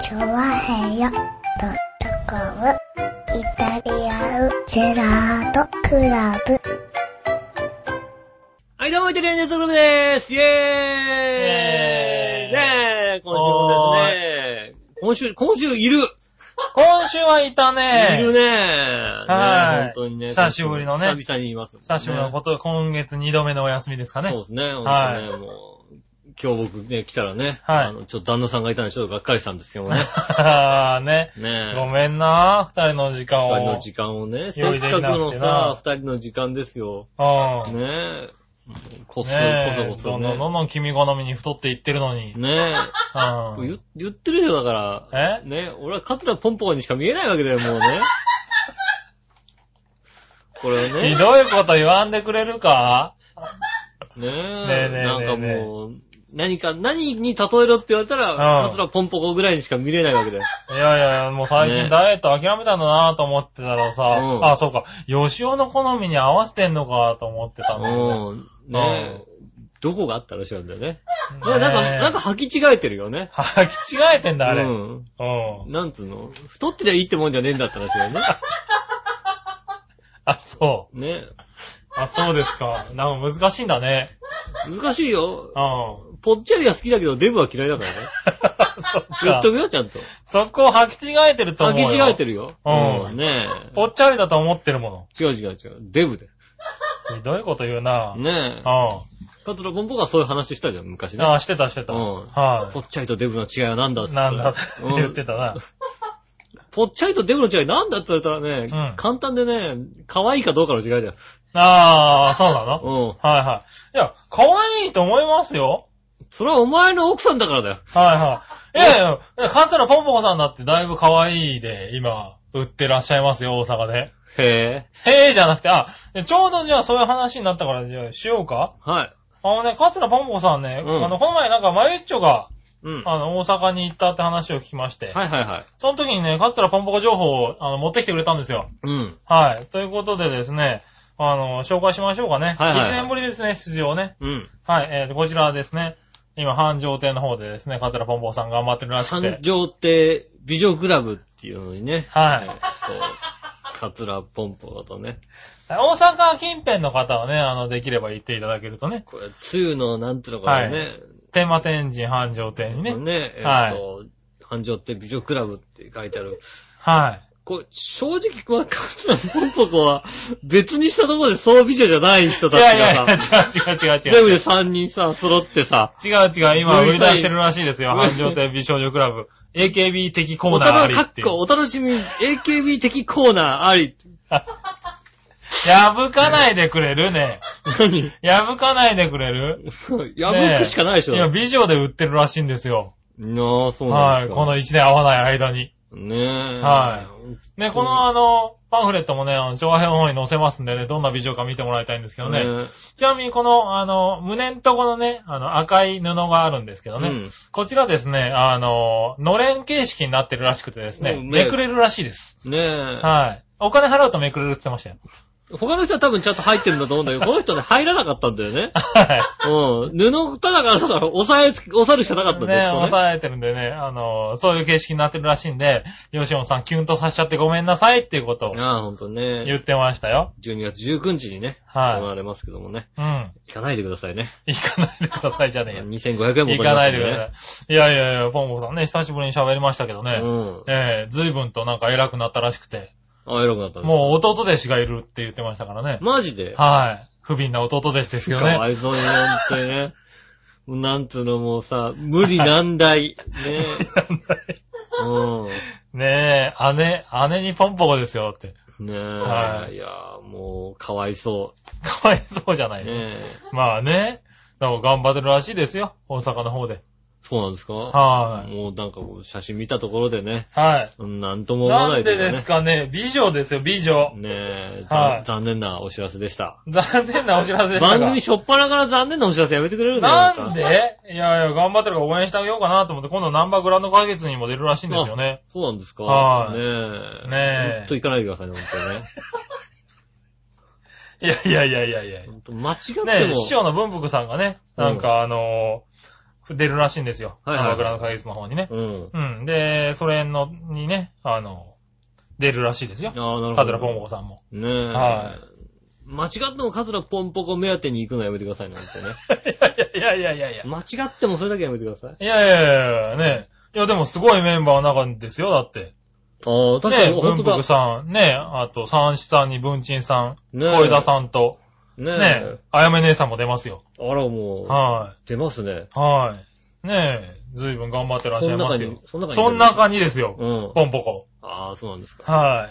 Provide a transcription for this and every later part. チョワヘヨドットコムイタリアンジェラートクラブ。はい、どうも、イタリアンジェラートクラブでーすイェーイイェーイねえ、今週もですね、今週、今週いる今週はいたね。いるねはいねえ本当にね。久しぶりのね久々にいますもんね。久しぶりのこと、今月2度目のお休みですかね。そうですね、本は当いにね、もう。今日僕ね、来たらね、はいあの、ちょっと旦那さんがいたんで ちょっとがっかりしたんですけどね。あー ね。ねごえ。めんな、二人の時間を。二人の時間をね、せ用っ意できかなくてくなのさ、二人の時間ですよ。間。うん。ねえ。こそ、こねそえこそどんどんどんね。どん君好みに太っていってるのに。ねえ。う言ん。言ってるよ、だから。えね、俺はカツラポンポンにしか見えないわけだよ、もう ね。これはひね。どいこと言わんでくれるかねえねえねえ。えなんかもう、何か、何に例えろって言われたうら、んカツラポンポコぐらいにしか見れないわけだよ。いやいや、もう最ね近ダイエット諦めたんだなと思ってたらさ、うんあ、そうか、吉尾の好みに合わせてんのかと思ってたの。うん。ねえ。どこがあったらしいんだよね。ねなんか、なんか、履き違えてるよね。 履き違えてんだ、あれ。ううん。ん。なんつうの太ってりゃいいってもんじゃねえんだったらしいよ ね。あ、そう。ねあ、そうですか。なんか難しいんだね。え。難しいようん。。ぽっちゃりは好きだけど、デブは嫌いだからね。そっ言かっ。とくよ、ちゃんと。そこを履き違えてると思う履よ。き違えてるよ。うんねえ。ぽっちゃりだと思ってるも違う違う違う。デブで。の。ひどいこと言うな。ねうえ。ん。カツラボンボがそういう話したじゃん、昔ね。ああ、してたしてた。うんはぽっちゃりとデブの違いは何だっい。てなんだ、うん言ってたな。ぽっちゃりとデブの違いなんだって言われたらね、うん簡単でね、可愛いかどうかの違いだよ。ああ、そうなのうはいはい。いや、可愛いと思いますよ。ん。それはお前の奥さんだからだよ。はいはい。いやいやいや、かつてのポンポコさんだってだいぶ可愛いで、今、売ってらっしゃいますよ、大阪で。へえ。へえじゃなくて、あ、ちょうどじゃあそういう話になったから、じゃあしようかはい。あのね、桂ポンポコさんね、うんあの、この前なんか、マユッチョが、うん。はあの、大阪に行ったって話を聞きまして、いはいはい。その時にね、桂ポンポコ情報を、あの、持ってきてくれたんですよ。うん。はい。ということでですね、あの、紹介しましょうかね。はいはいはい1年ぶりですね、出場ね。うん。はい、えー、こちらですね、今、繁盛亭の方でですね、桂ポンポコさん頑張ってるらしく三て。条亭美女クラブっていうのにね。はいえー。こう、カツラポンポコとね。大阪近辺の方はね、あの、できれば行っていただけるとね、これ、梅雨の、なんていうのかなね。は天満天神繁盛亭にね。ね、えはっいと、繁盛って美女クラブって書いてある。はい。こう、正直、こう、カツラポンポコは、別にしたところでそう美女じゃない人いたちやいやいがや、さ、違う違う違う違う。全部で3人さ、揃ってさ、違う違う、今売り出してるらしいですよ。うる繁さい盛亭美少女クラブ。AKB 的コおーナーあ楽りかっっていう。こ、お楽しみ、AKB 的コーナーあり。破かないでくれるね。何破かないでくれる破くしかないでしょ。いや、美女で売ってるらしいんですよ。なあ、そうなはんい。ですか。この1年会わない間に。ねえ。はね、こうんのあの、パンフレットもね、あの、昭和編の方に載せますんでね、どんな美女か見てもらいたいんですけどね。ねちなみにこの、あの、胸んとこのね、あの、赤い布があるんですけどね。うんこちらですね、あの、のれん形式になってるらしくてですね、うんねめくれるらしいです。ねえ。はい。お金払うとめくれるって言ってましたよ。他の人は多分ちゃんと入ってるんだと思うんだけど、この人ね、入らなかったんだよ ね。はい。うん。布ただからだから、押さえつ、押さえるしかなかったんだね、よきっと抑えてるんでね、あの、そういう形式になってるらしいんで、ヨシオンさんキュンとさせちゃってごめんなさいっていうことをああ、ほんとね。言ってましたよ。 12月19日にね、行はわれますけどもね。い。うん。行かないでくださいね。行かないでくださいじゃねえよ。 2500円も行かないでくねださい。いやいやいや、ポンポさんね、久しぶりに喋りましたけどね。うん。ええずいぶんとなんか偉くなったらしくて、あ、偉くなったね。もう弟弟子がいるって言ってましたからね。マジで。はい。不憫な弟弟子ですけどかわね。いそうになんてね。もうなんつうのもうさ、無理難題。 ねうん。ねえ、姉、姉にポンポコですよって。ねえ。はいいや、もう、かわいそかわいそうじゃなう。い、ねえ。まあね。だから頑張ってるらしいですよ。大阪の方で。そうなんですかはいもうなんかこう、写真見たところでね、はい。うんなんとも思わななんいといでうかですかね美女ですよ、美女。ねえ、ざはい残念なお知らせでした。残念なお知らせでした番が。組初っ端から残念なお知らせやめてくれるなんかでいやいや、頑張ってるから応援してあげようかなと思って、今度ナンバーグランド花月にも出るらしいんですよね。そうなんですかはねいえ。ねえほんと行かないでくださいね、ほんとにね。い やいやいやいやいや。ほんと間違ってねも。師匠の文福さんがね、なんかあのー出るらしいんですよ。はいはい鎌倉の花月の方にね。うん。うん。で、それの、にね、あの、出るらしいですよあ。あ、なるほど。カズラポンポコさんも。ねえ。は間違ってもカズラポンポコ目当てに行くのやめてくださいなんて ね。いやいやいやいやいや。間違ってもそれだけやめてください。いやいやいやいや、ね。いや、でもすごいメンバーの中ですよ、だって。ああ、確かね、に、文本当だ福。さん、ね、あと、三子さんに文鎮さん、ね小枝さんと、ん。ねねえ。、あやめ姉さんも出ますよ。あら、もはう、出ますね。い。はい。ねえ、ずいぶん頑張ってらっしゃいますよ。その中に、そそんの中に。中にですよ、うん。ポンポコ。ああ、そうなんですか。は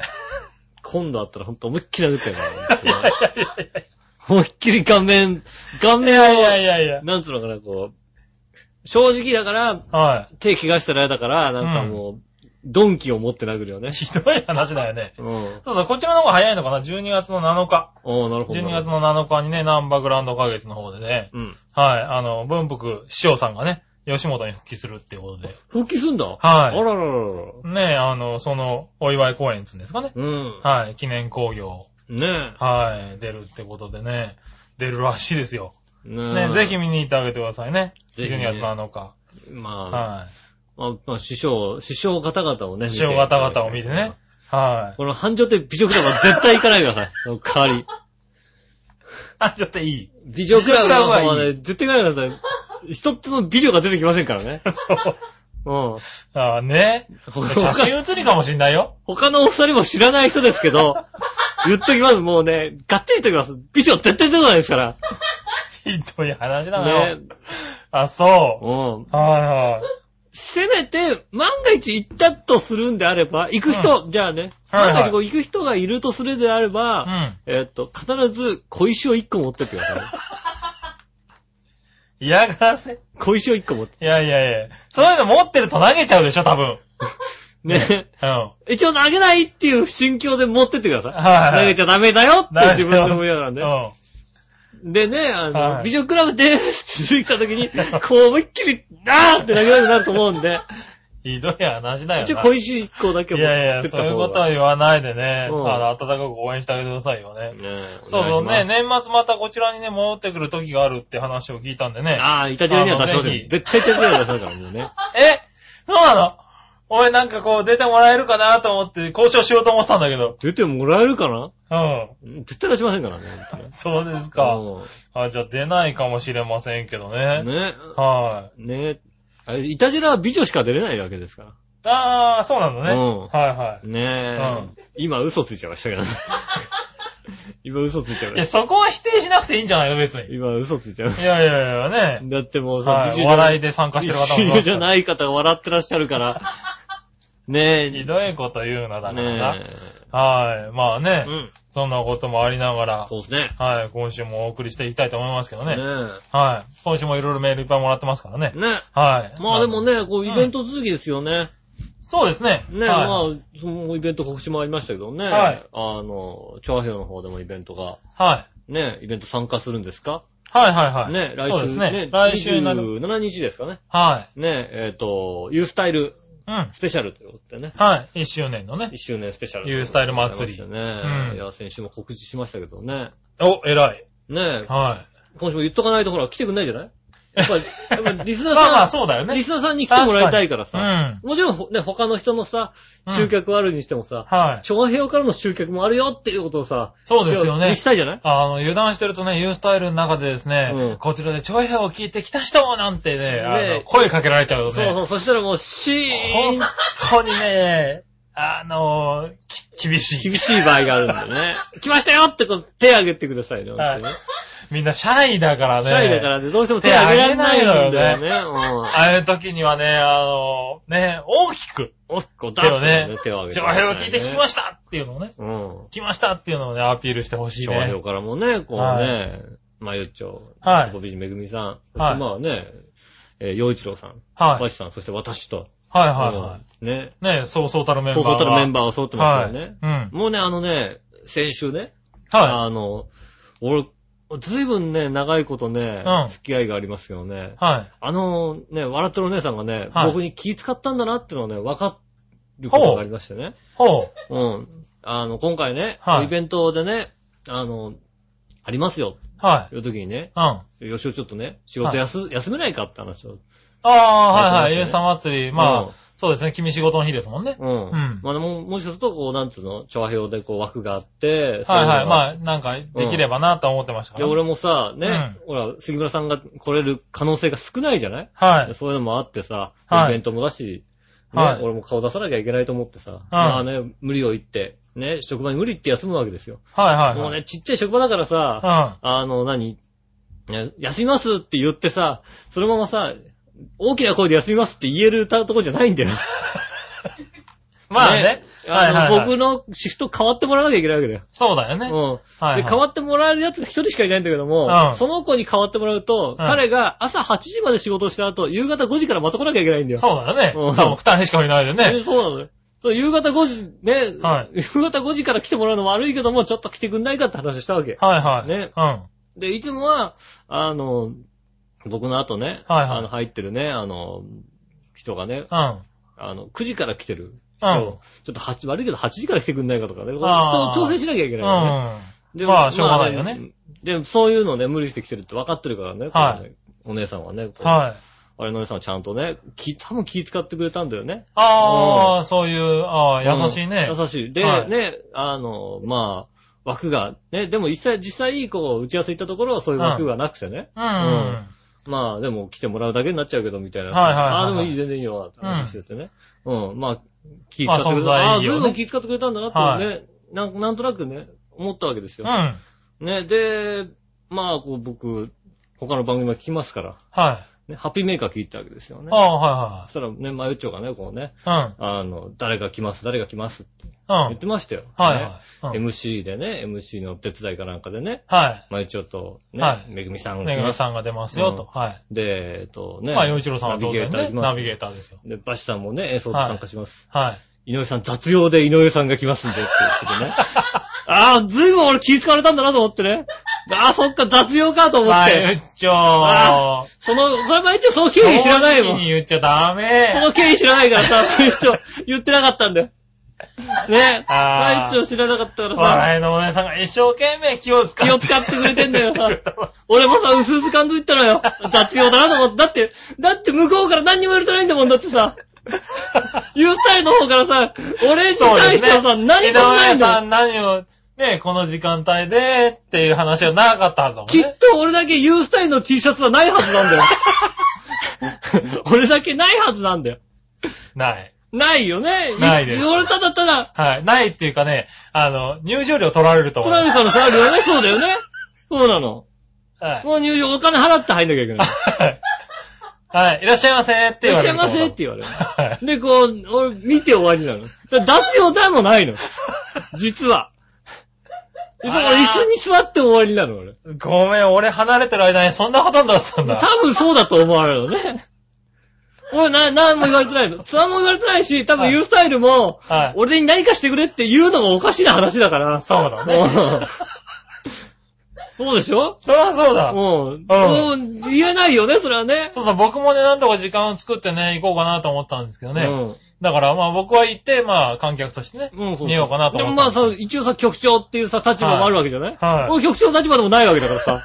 今度あったら本当思いっきり殴ってやるから本当にね。 思いっきり顔面、顔い。いやいや面い やいやを、。なんつうのかな、こう、正直だから、は手怪我したら嫌だから、なんかもう、ドンキを持って殴るよねい。。ひどい話だよね。うん。そうそう、こちらの方が早いのかな ?12 月の7日。おー、なるほど。 12月の7日にね、ナンバーグランド花月の方でね、うん。はい、あの、文福師匠さんがね、吉本に復帰するっていうことで、復帰すんだはいあらはらららら。い。ねあの、その、お祝い公演っつうんですかね。うん。はい、記念興行、ねはい、出るってことでね、出るらしいですよ。え。ねね、ぜひ見に行ってあげてくださいね。ぜひね12月7日。まあ、はまあ、まあ、師匠、師匠方々をね。い。師匠方々を見てね。。はい。 この繁盛店美女クラブは絶対行かないでください。その代わり。あ、ちょっといい。 美女クラブの方は美女クラブはいね、絶対行かないでください。一つの美女が出てきません からね。うん。あね。写真写りかもしんないよ。 他のお二人も知らない人ですけ ど、言っときます。もうね、がっつり言っときます。美女絶対出てこないですから。ひどい話だな。ね。あ、そう。うん。はいはい。せめて、万が一行ったとするんであれば、行く人、じゃあね、はいは万いが一こう行く人がいるとするであれば、うん。えーっと、必ず小石を1個持ってってください。嫌がらせ 小石を1個持って。いやいやいや。そういうの持ってると投げちゃうでしょ、多分。ね。うん。一応投げないっていう心境で持ってってください。はいはい投げちゃダメだよってだ自分で思いながらうね。ん。でね、あの、はい美女クラブでーすって言った時に、こう思いっきり、あーって投げられるなると思うん で、ひどい話だよな。一応小石1個だけい持ってやいや、ってっそういたう方ことはが。言わないでね、あうんの、温かく応援してあげてくださいよね。ねそうそうね、。お願いします年末またこちらにね、戻ってくる時があるって話を聞いたんでね。ああ、イタジェラには出しませあのぜん。ひ絶対イタジェラには出さないからもうね。えそうなの俺なんかこう出てもらえるかなと思って交渉しようと思ってたんだけど。出てもらえるかなうん。絶対出しませんからね。本当にそうですか。あ、じゃあ出ないかもしれませんけどうんね。ね。はね。あれイタジェラは美女しか出れないわけですかい。ああ、そうなんだね。うんはいはら。ねえ。うん今嘘ついちゃいました けどね。今嘘ついちゃいい。いまや、しそこは否定しなくていいんじゃないの別た。に。今嘘ついちゃいましいやいやいや、た。ね。だってもうさ、は美女じゃい。おな笑いいで参加してる方もい美ますから。女じゃない方が笑ってらっしゃる から。ひねどいこと言うな、え。だからな。ねはい。まあねえ。う、ん。そんなこともありながら、そうですね。はい、今週もお送りしていきたいと思いますけどね。ねはい。今週もいろいろメールいっぱいもらってますからねえ。。ねはい。まあでもなんで。ね、こうイベント続きですよね。そうですね。ね、はいまあ、そのイベント告知もありましたけどね。はいあの、調和表の方でもイベントが、はい。ね、イベント参加するんですか、はいはいはい。ね、来そうで週すね、ね。来週になる。 27日ですかね。はね、えっ、と、ユースタイルい。うん。スペシャルということでね。はい。1周年のね1。周年スペシャル。ユースタイル祭りね、うんいや、先週も告知しましたけどね。お、偉い。ねは今週も言っとかないとほら、来てくんないじゃないやっ ぱり、やっぱリスい。ナーまあさん、まあ、そうだよリね。スナーさんに来てもらいたいからうさ。ん。もちろんほね、他の人のさうん、集客はあるにしてもさ、はい。調和平からの集客もあるよっていうことをさ、そうですよね見せたいじゃないあの、油断してるとね、ユースタイルの中でですね、うんこちらでちょいを聞いてきた人もなんてね、あねのえ声かけられちゃうとそうそね、う、そしたらもう、シーン本当にね、あのき厳しい。厳しい場合があるんでね。来ましたよってこう手挙げてくださいね。はい本みんなシャイだから当ね。にシャイだからね、どうしても手挙げられないん手だ挙よげね。うん。ああいう時にはね、あのね、大きく、おっこだ手をね、手をち挙げてょいを聞いてきまししたっていうのをね、た。うん。来ましたっていうのをね、アピールしてほしい調和ね。平からもね、こうはね、まゆっちょ、はい小美めぐみさん、そしはいてまあね、えー、洋一郎さん、はい。わしさん、そして私と、はいはいはうんね、い。ね、そうそうたるメンそバうーが。そうたるメンバーを揃ってますよはい。ね。うん。もうね、あのね、先週ね、はあの、俺、ずいぶんね、長いことね、うん付き合いがありますけどねい。、はあのね、笑ってるお姉さんがね、はい僕に気使ったんだなってのをね、分かることがありましてね。い。ほう。うん。あの、今回ね、はいイベントでね、あの、ありますよ、はい。いう時にね、うん。よしおちょっとね、仕事休、休めないかって話をああ、はいはやってましたい。ねイエスタ祭り。まうんあ、そうですね。君仕事の日ですもんね。うん。うんまあでも、もしかすると、こう、なんつうの、調和表でこう枠があって、はいはい。まあ。あ、なんか、できればなと思ってましたかで、ら。俺もさ、ね、うんほら、杉村さんが来れる可能性が少ないじゃない、はい。そういうのもあってさ、はいイベントもだし、ね、はい俺も顔出さなきゃいけないと思ってさ、まあね、無理を言って、ね、職場に無理言って休むわけですよ。はいはい。もう。ね、ちっちゃい職場だからさ、うん。はあの、何や休みますって言ってさ、そのままさ、大きな声で休みますって言える歌とこじゃないんだよ。まあねあの はいはいはい僕のシフト変わってもらわなきゃいけないわけだよ。そうだよね。うん。はで、い変はい。わってもらえるやつが一人しかいないんだけども、うんその子に変わってもらうと、ん彼が朝8時まで仕事した後、夕方5時からまた来なきゃいけないんだよ。そうだよね。う多ん分、二人しかいないでえね。そうなのよ。そう夕方5時、ね、は夕方5時から来てもらうの悪いけども、ちょっと来てくんないかって話をしたわけ。はいはい。ねうん。はで、いつもは、あの、僕の後ね、はいはいあの入ってるね、あの、人がね、い。あの、9時から来てる人、うん。ちょっと8、悪いけど8時から来てくんないかとかね、その人あーを調整しなきゃいけうないからね。ん。でまあしょうがないよね。で、そういうのね、無理してきてるって分かってるからね。はこいうねお姉さんはね。こうはい。あれのお姉さんはちゃんとね、気、多分気使ってくれたんだよね。ああ、そういう、ああ、優しいねうん。優しい。で、はいね、あの、まあ、枠が、ね、でも実際、実際、こう、打ち合わせ行ったところはそういう枠がなくてね。うんん。まあ、でも来てもらうだけになっちゃうけど、みたいな。はいはいはいはいああ、でもいい、全然いいよ、って話しててね。うん、まあ、気使まあってくれた。存在意義あをあ、ね随分気使ってくれたんだなってね、なんなんとなくね、思ったわけですうよ。ん。はい。ね、で、まあ、こう僕、他の番組も聞きますから、あね、ハッピーメーカー聞いたわけですよね。あ、はそしたらね、マユッチョがね、こうね、いはい。あの、誰が来ます、誰が来ますってうん。う言っん。てましたよ。はいねはい。うん MC でね、MC の手伝いかなんかでね、はい。マユッチョとね、はめぐみさんが来めぐまみす。さんが出ますよと。はい。で、えっとね、まあ、洋一郎さんはナ当ビゲ然ーターね来、ます。ナビゲーターですよ。で、バシさんもね、演奏で参加します。はい。井上さん、雑用で井上さんが来ますんでって言っ てね。ああ、ずいぶん俺気使われたんだなと思ってね。ああ、そっか、雑用かと思っまて。ゆっちょー。その、それ毎日その経緯知ら ないもん。正直そに言っちゃダメ。の経緯知らないからさ、そういう人言ってなかったんだよ。ね。あー毎日を知らなかったからさ、笑いのお姉さんが一生懸命気を使っ気て。を使ってくれてんだ よさ。俺もさ、薄々感づいたのよ。雑用だなと思って。だって、だって向こうから何にも言われてないんだもんだってさ。言う二人の方からさ、俺にそうで対しすてはさ、ね。何もない井上んださよ。ん何を、ね、この時間帯でっていう話はなかったはずだもんきっね。と俺だけユースタイルの T シャツはないはずなんだよ。俺だけないはずなんだよ。ない。ないよね。ないです俺ただただ、はい。ないっていうかね、あの、入場料取られると思取らう。れたのさ、あるよね。そうだよね。そうなの。はい。 もう入場お金払って入んなきゃいけない。はい。いらっしゃいませってい言らわっしれゃいませると思う。って言われる。はい。で、こう、俺見て終わりなの。だから脱用代もないの。実は。いつもあー椅子に座って終わりなの、俺。ごめん、俺離れてる間にそんなほとんどだったんだ。多分そうだと思われるのね。俺、な、何も言われてないの。ツアーも言われてないし、多分はいユースタイルも、はい。俺に何かしてくれって言うのがおかしな話だから。そうだねね。そうでしょそりゃそうだ。うん。もう言えないよね、それはね。そうそう、僕もね、なんとか時間を作ってね、行こうかなと思ったんですけどね。うんだから、まあ僕は行って、まあ観客としてね、うん、そう。見ようかなとでも思っまたあんですけさ一ど。、応さ、局長っていうさ、立場もあるわけじゃないはい俺局長の立場でもないわけだから さ。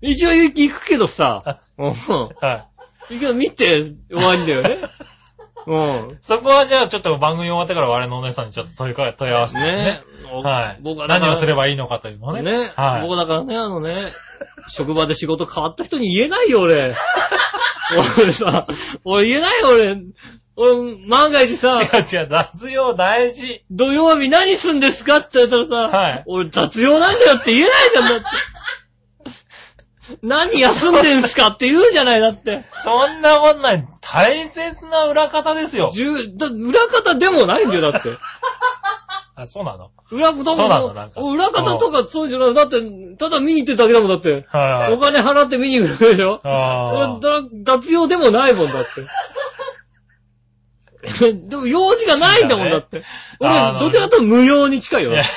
一応行くけどさ、うん。行はい。くけど見て終わりだよね。うん。そこはじゃあちょっと番組終わってから我々のお姉さんにちょっと問いか問い合わせてですね。ね。はい。僕はだから何をすればいいのかというのをね。ね。はい。僕だからね、あのね、職場で仕事変わった人に言えないよ、 俺。俺さ、俺言えないよ、俺。俺、万が一さ、違う違う、雑用大事。土曜日何すんですかって言ったらさ、はい俺雑用なんだよって言えないじゃん、だっ て。何休んでんすかって言うじゃない、だって。そんなことない。大切な裏方ですよ。十だ裏方でもないんだよ、だって。あ、そうなの裏方そうなのなんかも、裏方とかそうじゃない。だって、ただ見に行ってるだけだもん、だって。はいはい。お金払って見に行くだけでしょあーだ脱用でもないもんだって。 でも用事がないんだもんだって。そうだねあ俺、のどちらかというと無用に近いよい。や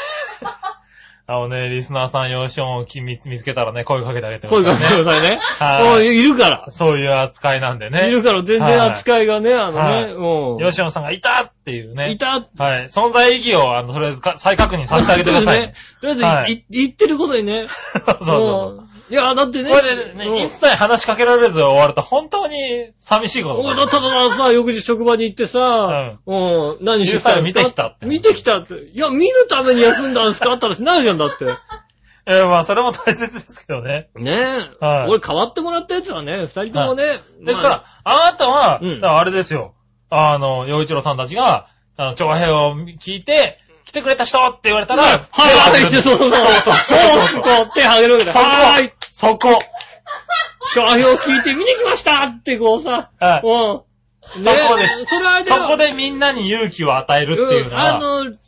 あのね、リスナーさん用紙を見つ見つけたらね、声かけてあげてく声だかけてさいくだね。さいね。はいもういるから。そういう扱いなんでね。いるから全然扱いがね、あのはね、いうん。吉野さんがいたっていうね。いたはい。存在意義を、あの、とりあえずか再確認させてあげてくださいね。とりあえずね、とりあえずはいい、言ってることにね、 そうそうそう。もういや、だってね。これでね、一切話しかけられず終わると本当に寂しいこおとだったらさ、翌日職場に行ってさ、うん、何してたんですかニュース見てきたって見てきたって。いや、見るために休んだんですかって話になるじゃんだって。えーまあそれも大切ですけどね。ねえ。はい俺変わってもらったやつはね、二人ともね。ですから、あなたは、うんだからあれですよ。あの、洋一郎さんたちが、あの、長編を聞いて、来てくれた人って言われたまあ、ら、はい、はい、はい、そうそうそう。そうそうそうこう手をげるわけだ。そこはーい、そこ長編を聞いて見に来ましたってこうさ、はいうん。ねそこでそれはあれだそよこでみんなに勇気を与えるっていうのは、あの、はい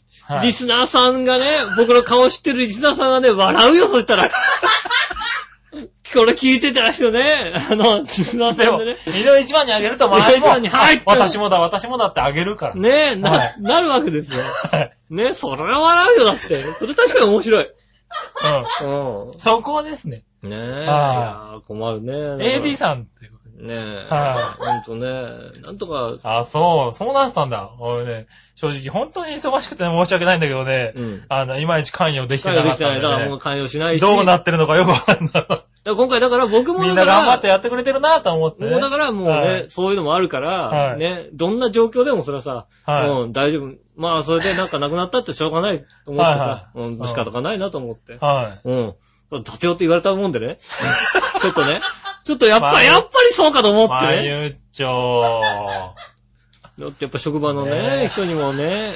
リスナーさんがね、僕の顔知ってるリスナーさんがね、笑うよ、そした ら。これ聞いてたらしいよね。あの、リスナーでさんもでね、。二度一番にあげると周二り度一番にも、はいあ私もだ、私もだってあげるから。ねえ、な、はいなるわけですよ。はいねそれは笑うよ、だって。それ確かに面白い。う。うんそこですね。ん。ねえ、いはやー困るね。 AD ささんっていう。ん。ねえ、はほんとね、なんとか、あ、そう、そうなってたんだ。俺ね、正直本当に忙しくて申し訳ないんだけどね、うん。あの、いまいち関与できて関な与でかっきてない。だたかんらでもうね。関与しないし。どうだなってるのかよくわかんない。から今回だから僕もみんだなから、頑張ってやってくれてるなと思ってね。もうだからもうね、はいそういうのもあるから、はいね、どんな状況でもそれはさ、はいうん、大丈夫。まあ、それでなんか亡くなったってしょうがないと思ってさ、はいはいうん、仕方がないなと思って。はい。うん。立てよって言われたもんで ね。ちょっとね。ちょっとやっぱ、まあやっぱりそうかと思っまてね。ゆっちょー。だってやっぱ職場のね、ねえ人にもね、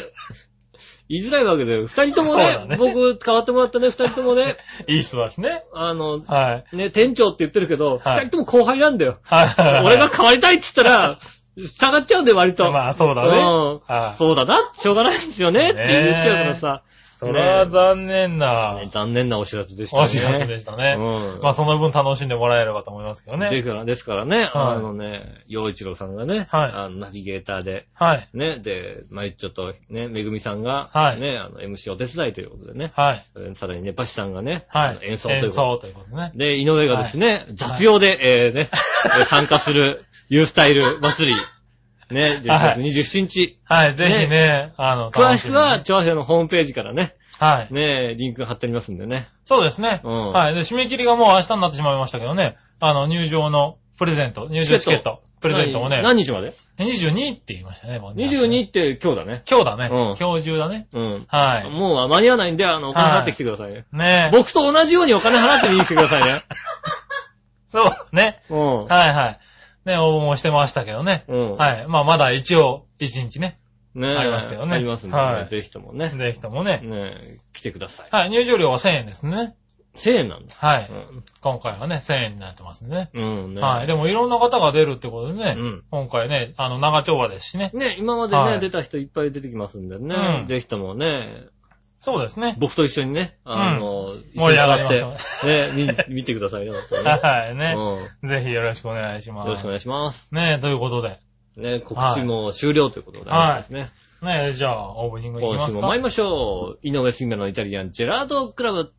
言いづらいわけだよ。二人ともねそうだね僕変わってもらったね、二人ともね、いい人だしね。あの、はい。ね、店長って言ってるけど、二、はい人とも後輩なんだよ。はい。俺が変わりたいって言ったら、下がっちゃうんだよ、割と。まあ、そうだね。うんはい。そうだな、しょうがないですよねって言っちゃうからさ、それは残念な、ね残念なお知らせでしたね。お知らせでしたね。うんまあ、その分楽しんでもらえればと思いますけどでね。から、ですからね、あのね、洋一郎さんがね、はいあのナビゲーターで、はい。ね、で、まあ、ちょっと、ね、めぐみさんが、はいね、あの、MC お手伝いということでね、はい。うんさらにね、バシさんがね、はあいの。演奏ということ演奏ということね。で、井上がですね、雑用で、えーね、 えー参加する、ユースタイル祭り、ね、は10月27い日、はい、ぜひね、あの、詳しくは、楽みにね、調和表のホームページからね、はい。ね、リンク貼ってありますんでね。そうですね。うんはい。で、締め切りがもう明日になってしまいましたけどね、あの、入場のプレゼント、入場チケット、プレゼントもね、何何日まで22って言いましたね、もうね ?22 って今日だね。今日だね。うん今日中だね。うん。はい。もうは間に合わないんで、あの、お金払ってきてくださいね。ねえ。僕と同じようにお金払って見に来てください ね。そうね。うん。はいはい。ね、応募もしてましたけどね。うん。はい。まあ、まだ一応、一日ね。ねえありますけどねありますんではねい。ぜひともね。ぜひともね。ねえ、来てください。はい。入場料は1000円ですね。 1000円なんだ。はい。うん今回はね、1000円になってますね。うん。ねはい。でも、いろんな方が出るってことでね。うん今回ね、あの、長丁場ですしね。ね、今まではね、い出た人いっぱい出てきますんでうね。んぜひともね、そうですね。僕と一緒にね、あの、一緒盛りに上がり座っまてしょ、ね、見見てくださいね。本当にねはい。 ね。うんぜひよろしくお願いします。よろしくお願いします。ねということで。ね、告知も終了ということでございますね。ねじゃあ、オープニングいき今ます週か。も参りましょう。井上杉村のイタリアンジェラートクラブ。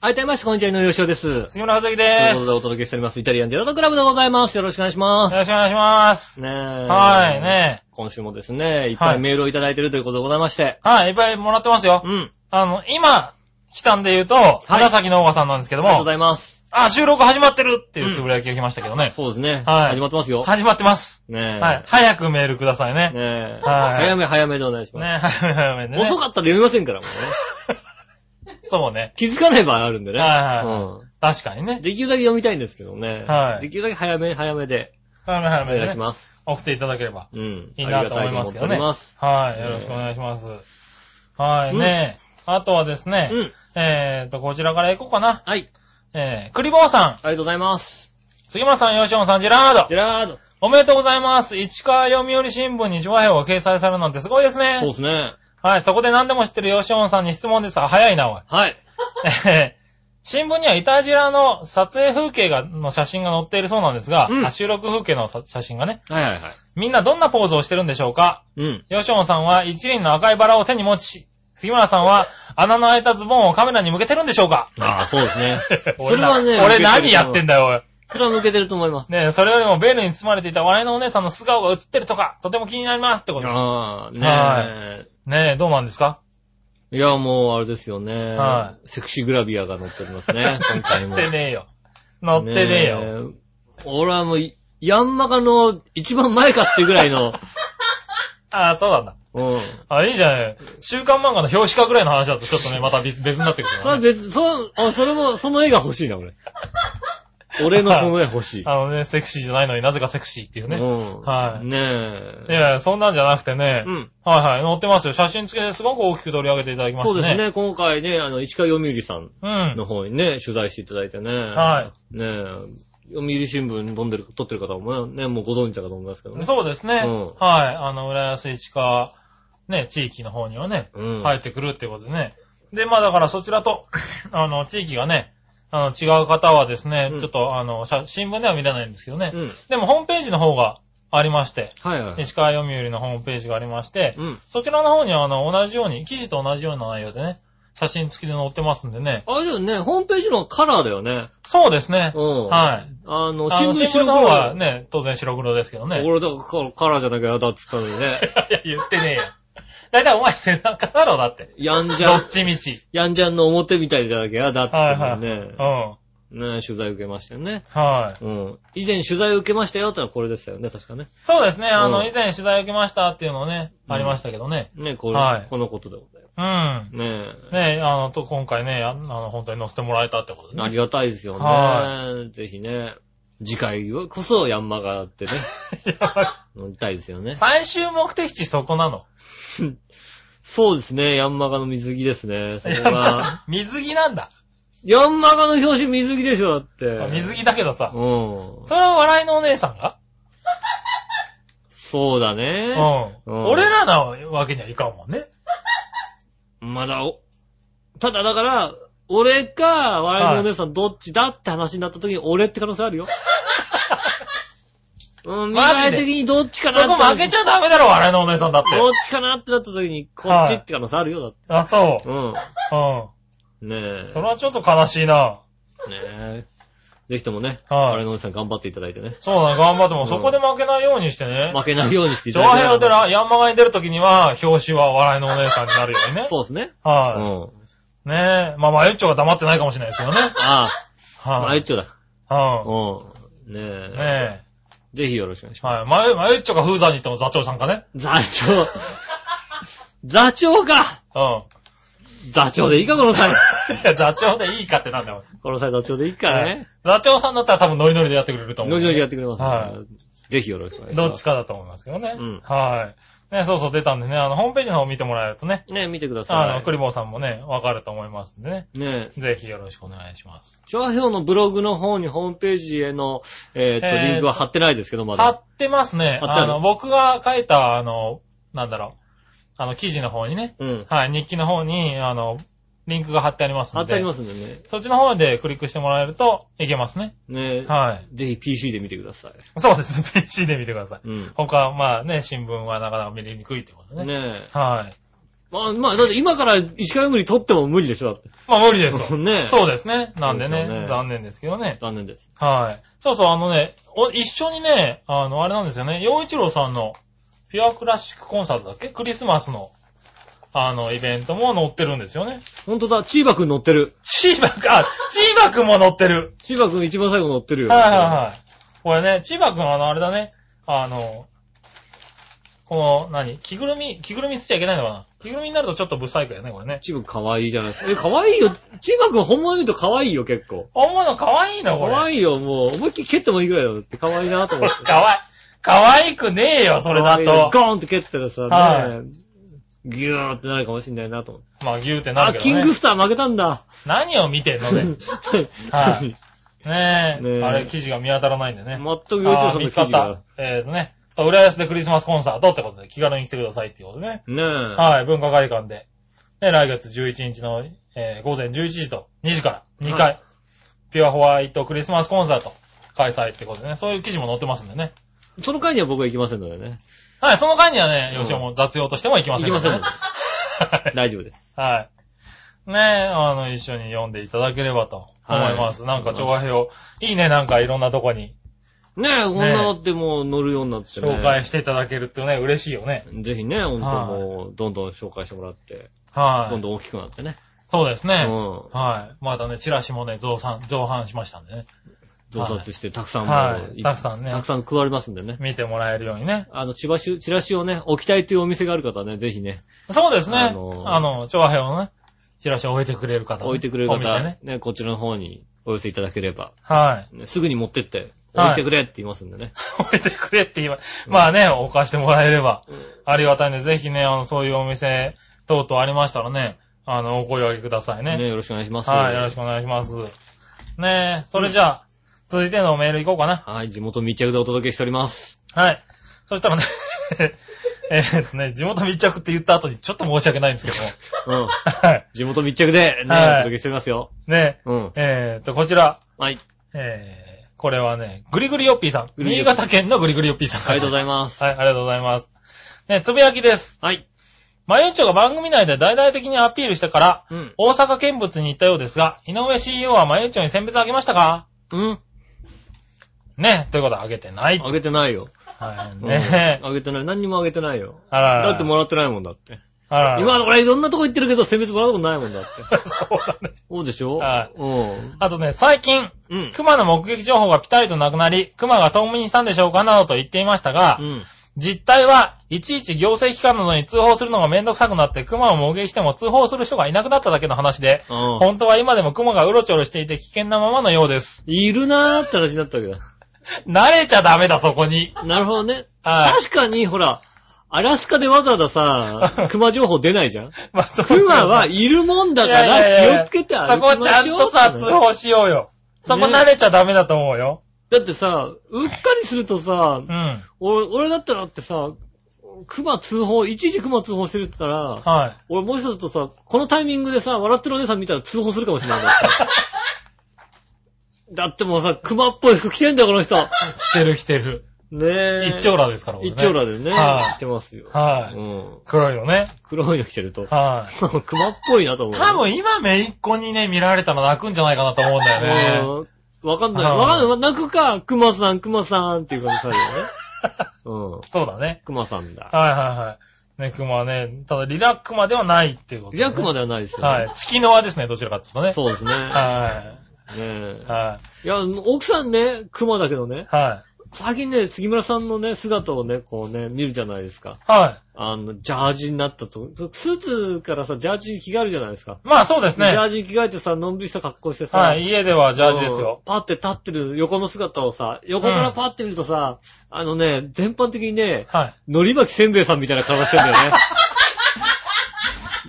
はい、どうもこんにちは、井上洋です。杉村和樹といでうことす。よでお届けしております、イタリアンジェラートクラブでございます。よろしくお願いします。ろしくお願いします。ねえ。はい、。ね今週もですね、いっぱはいいメールをいただいてるということでございまして。はい、いっぱいもらってますよう。ん。あの、今、来たんで言うと、紫のおばさんなんですけどありがとうごもざ、います。あ、収録始まってるっていうつぶやきが来ましたけどね。そうですね。はい始まってますよ。始まってます。ねえ。はい。早くメールくださいね。ねねえ。はい早め早めでお願いします。早め早めでね。遅かったら読みませんから、もうね。 そうね。気づかない場合あるんでね。はいはう確かにん。ね。できるだけ読みたいんですけどね。はいできるだけ早め早めで早め早おめ願いでしね。ます。送っていただければうん。いいなと思いますけどあね。りがたいとはい。よろしくお願いします。はいね。あとはですね思っております。う、ん。えーと、こちらから行こうかな。はい。ありえー、クリボーさん、がとうございます。杉村さん、吉本さん、ジェラージド。ェラード。おめでとうございます。市川読売新聞に上辺を掲載されるなんてすごいですそうねで。すね。はい、そこで何でも知ってる吉本さんに質問です。あ早いな、おい。はい。えー 新聞にはイタジラの撮影風景が、の写真が載っているそうなんですが、うんあ収録風景のさ写真がね、はいはいはい。みんなどんなポーズをしてるんでしょうかうん。吉本さんは一輪の赤いバラを手に持ち、杉村さんは、穴の開いたズボンをカメラに向けてるんでしょうかああ、そうです ね。 そ俺れなはね、 俺何やってんだだよ、おい。それは抜けてると思います。ねえ、それよりもベールに包まれていた笑いのお姉さんの素顔が映ってるとか、とても気になりますってこと。ああ、はねねえ、どうなんですかえ。いや、もう、あれですよね。はセクシーグラビアが乗っております ね、今回乗も。ってねえよ。乗ってねえよ。ねえ俺はもう、ヤンマガの一番前かってぐらい の、ああ、そうなんだ。うん。あ、いいじゃない。週刊漫画の表紙かぐらいの話だとちょっ とね、また別別になってくるそかれらはね、別、そう、あ、それも、その絵が欲しいな、 俺。俺のその絵欲しい。あのね、セクシーじゃないのになぜかセクシーっていううね。ん。はいねいえ。やいや、そんなんじゃなくてね。うん。はいはい、載ってますよ。写真付けですごく大きく取り上げていただきましたそね。うです。ね、今回ね、あの、石川読売さんうのん。方にね、取材していただいてね。。はいねえ、読売新聞に飛んでる、撮ってる方もね、もうご存知だかと思いますけどね。そうですね。うんはい。あの、浦安市川、ね、地域の方にはね、うん。入っ。てくるってことでね。で、まあだからそちら と、あの、地域がね、あの、違う方はですね、うんちょっと、あの、写新聞では見れないんですけどね。うん。でも、ホームページの方がありまして、はいはい。西川読売のホームページがありまして、うん。そちらの方には、あの、同じように、記事と同じような内容でね、写真付きで載ってますんでね。あれだよね、ホームページのカラーだよね。そうですね。うん。はい。あの、あ新聞の新白黒聞の方はね、当然白黒ですけどね。俺だからカラーじゃなきゃ嫌だって言ったのにね。 いや、言ってねえよ。だいたいお前背中だろ、だって。やんじどゃんっ、ちみち。やんじゃんの表みたいじゃなきゃ嫌だって言ったのにね。うん。ね、取材受けましたよね。はい。うん。以前取材受けましたよってのはこれでしたよね、確かね。そうですね。あうの、ん以前取材受けましたっていうのね、うんありましたけどね。ね、これ、はいこのことでございまうんす。。ねえ。ねあの、と、今回ね、ああの、本当に載せてもらえたってことであね。りがたいですよはね。ぜひね。次回こそヤンマガって ね、乗りたいですよね。最終目的地そこなの。そうですね、ヤンマガの水着ですね。そこが。水着なんだ。ヤンマガの表紙水着でしょ、だって。水着だけどさ。うん。それは笑いのお姉さんがそうだうね。うんん。俺らなわけにはいかんもんね。まだお、ただだから、俺か、笑いのお姉さんどっちだって話になった時に俺って可能性 あるよ。うん、未マジで来的にどっちかなそこ負けちゃダメだろ、笑いのお姉さんだって。どっちかなってなった時に、こっちって可能性あるよ、だっあ、そて。うう。うん。ん。ねえ。それはちょっと悲しいな。ねえ。ぜひともね、はい笑いのお姉さん頑張っていただいてね。そうだね、頑張ってうも、んそこで負けないようにしてね。負けないようにしていた上だいて。辺を出ら、ヤンマガに出るときには、表紙は笑いのお姉さんになるようにね。そうですね。うはん。い。ねえ。まあ、まゆっちょが黙ってないかもしれないですけどね。ああ、まはゆっい。ちょだ。ううん。ねん。え。ねぜひよろしくお願いしえ。まはい。まゆ、まゆっちょが風山に行っても座長さんかね。す。座長。 座長かう座長でいいか、この際。ん。いや、 座長でいいかってなんだよ。この際座長でいいからね。座長さんだったら多分ノリノリでやってくれると思う。ノリノリやっててくれます。はぜひよろしくお願いします。どっちかだと思いますけどね。うんはい。ね、そうそう出たんでね、あの、ホームページの方見てもらえるとね、ね、見てくだあさの、クリボーさんもね、わかると思いますんでね。い。ねぜひよろしくお願いします。調和表のブログの方にホームページへの、えーっと、えーリンクは貼ってないですけど、ま貼だ。ってます貼っね。てああるの、僕が書いた、あの、なんだろう、あの、記事の方にね、うん。はい、日記の方に、あの、リンクが貼ってあります貼ので。。ってありますすんでね。そっちの方でクリックしてもらえると、いけますね。ねはい。ぜひ PC で見てください。そうです ね。PC で見てください。うん。他、まあね、新聞はなかなか見れにくいってことね。ねえ。はい。まあ、まあ、だって今から石川より取っても無理でしょ、だって。。まあ無理ですよ ねえ。そうですね。なんでそうですよねね、残念ですけどね。残念です。はい。そうそう、あのね、お一緒にね、あの、あれなんですよね、洋一郎さんの、ピュアクラシックコンサートだっけクリスマスの、あの、イベントも載ってるんですよね。ほんとだ、チーバくん乗ってる。チーバく ん、あ、チーバくんも載ってる。チーバくん一番最後乗ってるよ。はいはいはい。これね、チーバくん、あの、あれだね、あの、この、何着ぐるみ、着ぐるみつっちゃいけないのかな着ぐるみになるとちょっとブサイクやね、これね。チーバくん可愛いじゃないですか。え、可愛いよ。チーバくん本物見ると可愛いよ、結構。本物かわいいな、これ。可愛いよ、もう。思いっきり蹴ってもいいぐらいだよって可愛いなとこ思って。れ かわい、かわいくねえよ、それだ可愛いと。ゴーンって蹴ったらさ、はね、ギューってなるかもしんないなと思って。まあ、ギューってなあ、るけキどンねグ。スター負けたんだ。何を見 てんのね。はいねえ。ねえあれ、記事が見当たらないんでね。全く幼あ稚ー園見のつか記っ事がた。。えっ、とね。そう浦安でクリスマスコンサートってことで気軽に来てくださいっていうことでね。ねえ。はい、文化会館で。ね、来月11日の、えー午前11時と2時から2回、ピュアホワイトクリスマスコンサート開催ってことでね。そういう記事も載ってますんでね。その回には僕は行きませんのでね。はい、その間にはね、うん吉尾も雑用としても行きま行せんきのまでせね、んので。 はい大丈夫です。はい。ねえ、あの、一緒に読んでいただければと思います。なんか、調和表、いいね、なんかいろんなとこにねえ、こんなのってもう乗るようになってね。紹介していただけるとね、嬉しいよね。ぜひね、ほんともう、どんどん紹介してもらって、はどんい。どん大きくなってね。そうですうね。ん。はい。まだね、チラシもね、増産、増販しましたんでね。増刷して、たくさんもはうい。たくさんねたく、さん配りますんでね。見てもらえるようにね。あの、チラシ、チラシをね、置きたいというお店がある方はね、ぜひね、そうですね。ああのーの、調和表のね、チラシを置いてくれる方ね、置いてくれる方お店ね。、ね、こちらの方にお寄せいただければ、はい。 ねすぐに持ってって、はい置いてくれって言いますんでね。置いてくれって言わ、まあね、置かしてもらえればうん、ありがたいんで、ぜひね、あの、そういうお店、等々ありましたらね、あの、お声掛けくださいね。ね、よろしくお願いします。はい、よろしくお願いします。ねえ、それじゃあ、続いてのメールいこうかな。はい、地元密着でお届けしております。はい。そしたらね、 えーっとね、地元密着って言った後にちょっと申し訳ないんですけども。 うん。はい。地元密着で、ね、はいお届けしておりますよ。ねうん。え、えーっと、こちら、はい。えー、これはね、ぐりぐりよっぴーさん。ぐりぐり新よっぴー潟県のぐりぐりよっぴーさんありがとうございいます。はい、ありがとうございます。ね、つぶやきです。はい。マユンチョが番組内で大々的にアピールしてから、うん。大阪見物に行ったようですが、井上 CEO はマユンチョに選別あげましたかうん。ね、ということはあげてない。あげてないよ。はい、ねねあげてない。何にもあげてないよ。あららだってもらってないもんだって。あらら今、俺いろんなとこ行ってるけど、選別もらったことないもんだ って。そうだね。そうでしょはいうん。あとね、最近、うん。熊の目撃情報がピタリとなくなり、熊が冬眠したんでしょうかなどと言っていましたが、うん。実態はいちいち行政機関などに通報するのがめんどくさくなって、熊を目撃しても通報する人がいなくなっただけの話で、うん。本当は今でも熊がうろちょろしていて危険なままのようです。いるなーって話になったわけだ。慣れちゃダメだ、そこに。なるほどね。はい。確かに、ほら、アラスカでわざわざ さ、熊情報出ないじゃんまあ、そこ熊はいるもんだかいやいやいら、や気をつけてそ歩きましょこう。ちゃんとさ、通報しようよ。そこ慣れちゃダメだと思うよ。だってさ、うっかりするとさう、ん。俺、俺だったらだってさ、熊通報、一時熊通報してるって言ったら、は俺もしかするとさ、このタイミングでさ、笑ってるお姉さん見たら通報するかもしれ ないんだって。だってもうさ、熊っぽい服着てんだよ、この人。ねい。来てる来てる。え。一丁羅ですから、一丁羅で。でね、はい着てますよ。はうい。ん。黒いよね。黒いの着てると。はい。熊っぽいなと思う。多分今めいっ子にね、見られたら泣くんじゃないかなと思うんだえよね。ーわかんない。はいわかんない。泣くか、熊さん、熊さんっていう感じされる よね。うん。そうだね。熊さんだ。はいはいはい。ね、熊はね、ただリラックマではないっていうこと、リラックマでではないですよ、ね。はい。月の輪ですね、どちらかっていうとね。そうですね。ねはえい。はい。いや、奥さんね、熊だけどね、はい。最近ね、杉村さんのね、姿をね、こうね、見るじゃないですか。はい。あの、ジャージになったと。スーツからさ、ジャージに着替えるじゃないですか。まあそうですジね。ャージに着替えてさ、のんびりした格好してさ、はい。家ではジャージですようん。パって立ってる横の姿をさ、横からパって見るとさ、あのね、全般的にね、はい。のり巻きせんべいさんみたいな顔してんだよ ね。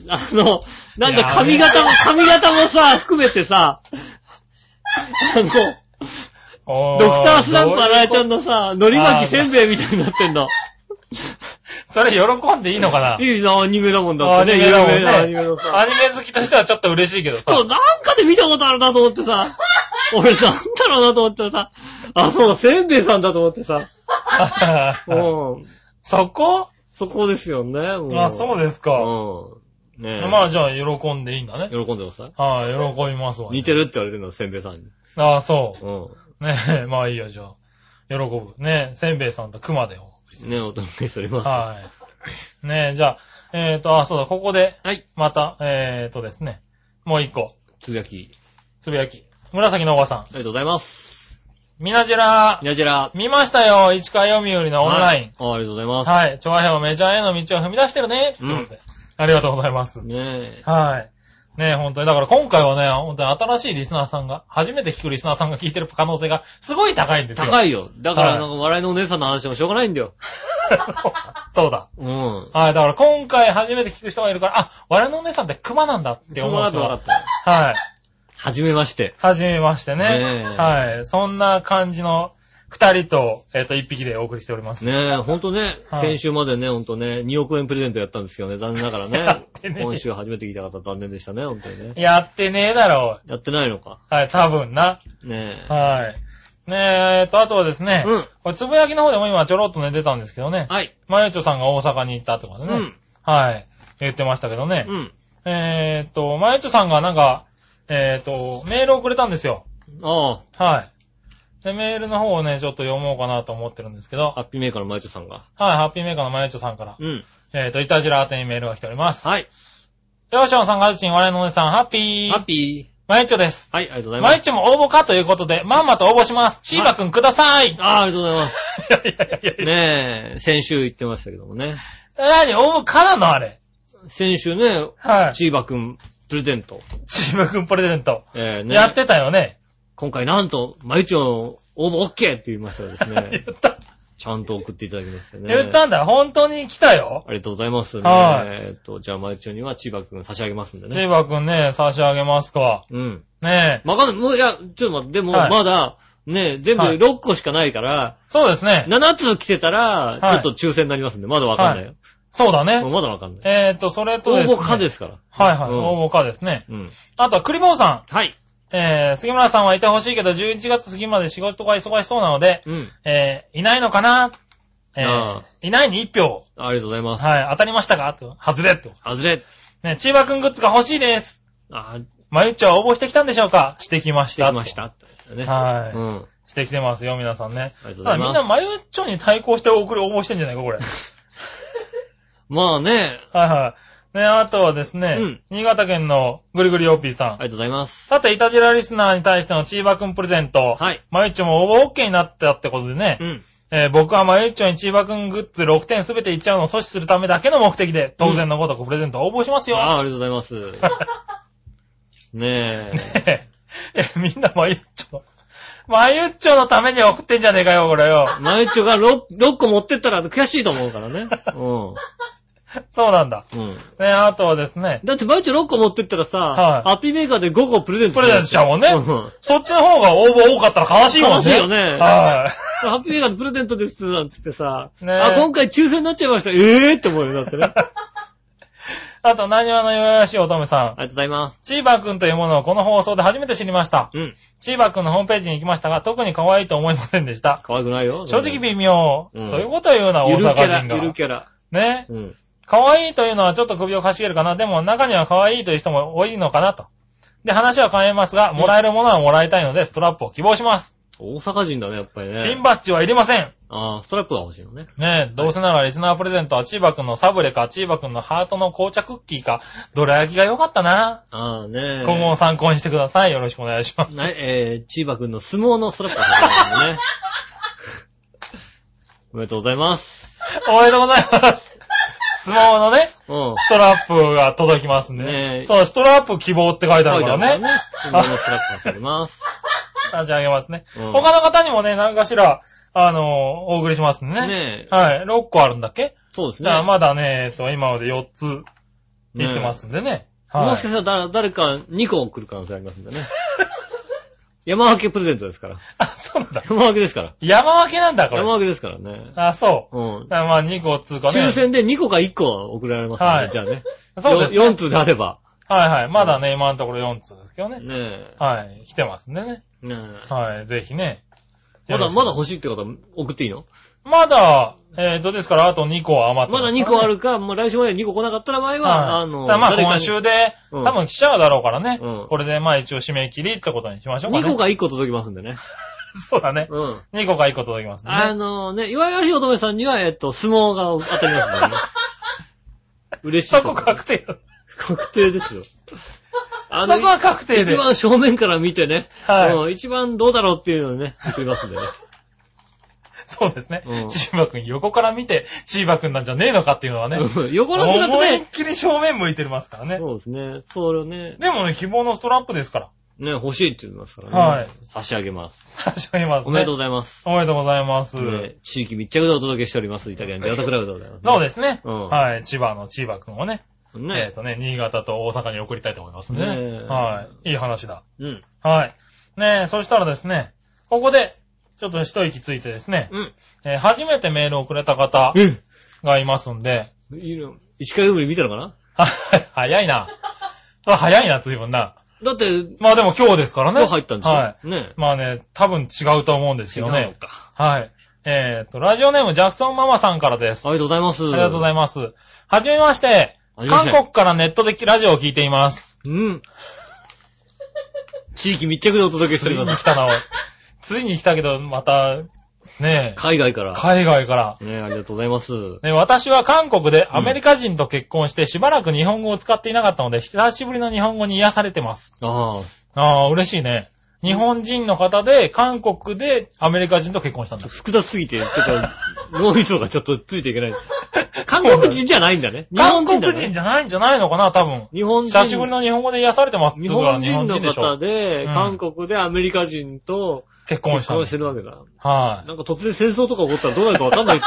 あの、なんか髪型も、髪型もさ、含めてさ、あの、ドドクタースランプ洗荒え井ちゃんのさ、のり巻きせんべいみたいになってんの。それ喜んでいいのかないいな、アニメだもんだアってニね、メだもんね有名なアニメのアさ。ニメ好きとしてはちょっと嬉しいけどさ。 そう、なんかで見たことあるなと思ってさ、俺なんだろうなと思ったらさ、あ、そう、せんべいさんだと思ってさ、うん。そこそこですよね、もう。あ、そうですか。うん。ねえ。まあじゃあ喜んでいいんだね。喜んでください。はい、喜びますわ。似てるって言われてるの、せんべいさんに。ああ、そうん。う。ね え、まあいいよ、じゃあ。喜ぶ。ねえ、せんべいさんと熊でよ。ね、お届けしております。はい。ねえ、じゃあ、えっ、と、あ、そうだ、ここで、はい。また、えっ、とですね、もう一個、つぶやき、つぶやき。紫のおばさんあ。りがとうございます。みなじらに、ゃじら。見ましたよ、市川読売のオンライン。はいあありがとうございます。はい。調和編はメジャーへの道を踏み出してるね。うんということでありがとうございます。ねえ。はい。ねえ、本当に。だから今回はね、本当に新しいリスナーさんが、初めて聞くリスナーさんが聞いてる可能性がすごい高いんですよ。い。高いよ。だから、はいなんか、笑いのお姉さんの話でもしょうがないんだよ。 そうだ。うん。はい。だから今回初めて聞く人がいるから、あ、我々のお姉さんって熊なんだってそ思のう後人分かがっ。たよ。はい。はじめまして。はじめましてね。ねえはい。そんな感じの二人と、えっ、と、一匹でお送りしております。ねえ、ほんとね、はい先週までね、ほんとね、2億円プレゼントやったんですけどね、残念ながらやっねてね。え今週初めて聞いた方残念でしたね、ほんとにね。やってねえだろやってないのか。う。はい、多分な。ねえ。はい。ねえ、えっと、あとはですね、うんこれつぶやきの方でも今ちょろっとね、出たんですけどね、はい。まゆちょさんが大阪に行ったってことうね。ん。はい。言ってましたけどね。うん。えーっと、まゆちょさんがなんか、えーっと、メールをくれたんですよ。あはい。で、メールの方をね、ちょっと読もうかなと思ってるんですけどあ、、ハッピーメーカーのマイチョさんが。はい、ハッピーメーカーのまゆちょさんから、うん。えーっと、いたじら宛てにメールが来ております。はい。よーしょんさん、がずちん、我々のお姉さん、ハッピー。ハッピまゆちょです。ー。はい、ありがとうございままゆす。ちょも応募かということで、まんまと応募します。チーバくんください。ああ、ありがとうございます。いやいやいやいや。ねえ、先週言ってましたけどもね。なに、応募かなのあれ。先週ね、はい。チーバくんプレゼント。チーバくんプレゼント。えー、ね。やってたよね。今回なんと、まゆちょ応募 OK って言いましたらです 言ね、った。ちゃんと送っていただきましたね。言ったんだ。本当に来たよ。ありがとうございます、ね。はいえーっと、じゃあ、まゆちょには千葉くん差し上げますんでチね。ーバくんね、差し上げますか。うん。ねえ。わかんない。もう、いや、ちょっと待って、でも、はいまだ、ね、全部はい6個しかないから、そうですね。 7つ来てたら、はいちょっと抽選になりますんで、まだわかんないよ。そうだもうね。まだわかんない。えーっと、それと応ですね。募可ですから。はいはい。うん応募かですね。うん。あとは、クリボーさはい。ん。えー、杉村さんはいてほしいけど、11月過ぎまで仕事が忙しそうなので、うん。えー、いないのかなえーあ、いないに1票。ありがとうございます。はい、当たりましたかって外れってこと。外れ。ね、チーバくんグッズが欲しいです。あー、まゆっちょは応募してきたんでしょうかしてきまししてた。きました。ってことだねはいうん。してきてますよ、皆さんね。ありがとうたござだいみんまなす。マユッチョに対抗して送る応募してんじゃないか、これ。まあね、はいはい。ね、あとはですね、うん新潟県のぐりぐりおっぴーさん。ありがとうございます。さて、イタジラリスナーに対してのチーバくんプレゼント。はい。マユッチョも応募 OK になったってことでね、うん。えー僕はマユッチョにチーバくんグッズ6点すべていっちゃうのを阻止するためだけの目的で、当然のごとくプレゼントを応募しますよ。ああ、ありがとうございます。 ねえ。え え、みんなマユッチョ。マユッチョのために送ってんじゃねえかよ、これよ。マユッチョが 6, 6個持ってったら悔しいと思うからね。そうなんだ。うん。うん。ね、あとはですね、だってマユッチョ6個持ってったらさ、はいハッピーメーカーで5個プレゼントプレゼントしちゃうもんね。うんそっちの方が応募多かったら悲しいもんね。悲しいよねはハッピーメーカーでプレゼントです、なんつってさ、ねえあ、今回抽選になっちゃいました。ええー、って思うよ、だって ね。あい。あと、何話のよやしい乙女さりがん。とうございます。チーバーくんというものをこの放送で初めて知りました。うん。チーバーくんのホームページに行きましたが、特に可愛いと思いませんでした。可愛くないよ。正直微妙。うんそういうことを言うな、ゆ大るキャ阪人ラ、ゆるが。キャラ。ね。うん。可愛いというのはちょっと首をかしげるかな。でも中には可愛いという人も多いのかなと。で、話は変えますが、もらえるものはもらいたいので、ストラップを希望します。大阪人だね、やっぱりピンね。バッジはいりません。ああ、ストラップが欲しいのね。ねえ、どうせならリスナープレゼントはチーバくんのサブレか、チーバくんのハートの紅茶クッキーか、どら焼きが良かったな。ああ、ねえ。今後の参考にしてください。よろしくお願いします。 なえー、チーバくんの相撲のストラップが欲しいね。 おめでとうございます。おめでとうござい ます。相撲のね、うん。ストラップが届きますんで。ねえそう、ストラップ希望って書いてあるから書いてあるね。からね。相撲のストラップがされます。差し上げますね。うん他の方にもね、何かしら、あのーお送りしますんで ね。ねえ。はい。6個あるんだっけそうですじね。ゃあまだね、えっと、今まで4つねいってますんでね。はい。もしかしたらだ誰か2個送る可能性ありますんで ね。山分けプレゼントですから。あ、そうなんだ。山分けですから。山分けなんだ、これ山。分けですからね。あ、そう。うん。あまあ、2個通過ね。抽選で2個か1個は送られますはね。いじゃあね。そうです、よ4通であれば。はいはい。まだね、今のところ4通ですけどね。ねはい。来てますんでね。え。ねえ。はい。ぜひね。まだ、よろしくまだ欲しいって方送っていいのまだ、えーと、ですから、あと2個余ってまだすからね2個あ。るか、もう来週まで2個来なかったら場合は、はい。あの、だからまあ、か今に週で、うん多分来ちゃうだろうからね。うんこれで、まあ、一応締め切りってことにしましょうかね。 2個か1個届きますんでね。 そうだね。うん。 2個か1個届きますね。あのね、岩井ひ乙女さんには、えっと、相撲が当たりますからね。 嬉しいそこと。こ確定。確定ですよ。あそこは確定一で。番正面から見てね、はいうん一番どうだろうっていうのをね、送りますんでね。そうですねうん。チーバくん、横から見て、チーバくんなんじゃねえのかっていうのはね。うん横の姿思いっね。きり正面向いてますからね。そうですね。それをね、でもね、希望のストラップですから。 ね、欲しいって言いますからね。はい差し上げます。差し上げますね。おめでとうう。ございます。おめでとうございます。ね地域密着でお届けしております。イタリアンジェラートクラブでございます。そうでですね。うんはい。千葉の千葉くんをね、す。えっね。とね、新潟と大阪に送りたいと思いますね。ねえはい。いい話だ。うん。はい。ねえ、そしたらですね、ここで、ちょっと一息ついてですね、うん。えー初めてメールをくれた方がいますんで、えいいの石川由美見たのかなはい 早いな。それ早いな、随分な。だって、まあでも今日ですからね。今日入ったんでしょはい。ね。まあね、多分違うと思うんです違うよのね。か。はい。えっ、と、ラジオネームジャクソンママさんからです。ありがとうございます。ありがとうございいます。はじめまして。ありがとうご韓ざいま国からネットでラジオを聞いています。すうん。地域密着でお届けしておついりにま来す。たな、おい。ついに来たけど、また、ねえ、海外から。海外から。ねありがとうございます。ね、私は韓国でアメリカ人と結婚してしばらく日本語を使っていなかったので、久しぶりの日本語に癒されてます。ああ。ああ、嬉しいね。日本人の方で、韓国でアメリカ人と結婚したんだ。複雑すぎて、ちょっと、脳みそがちょっとついてい けない。韓国人じゃないんだね。日本韓人国だ人ね。じゃないんじゃないのかな、多分。日本人。久しぶりの日本語で癒されてますって日ことは本人のでし方ょ。で、うん韓国でアメリカ人と結婚し結たん婚だしてるわけだ。はい。なんか突然戦争とか起こったらどうなるかわかんない。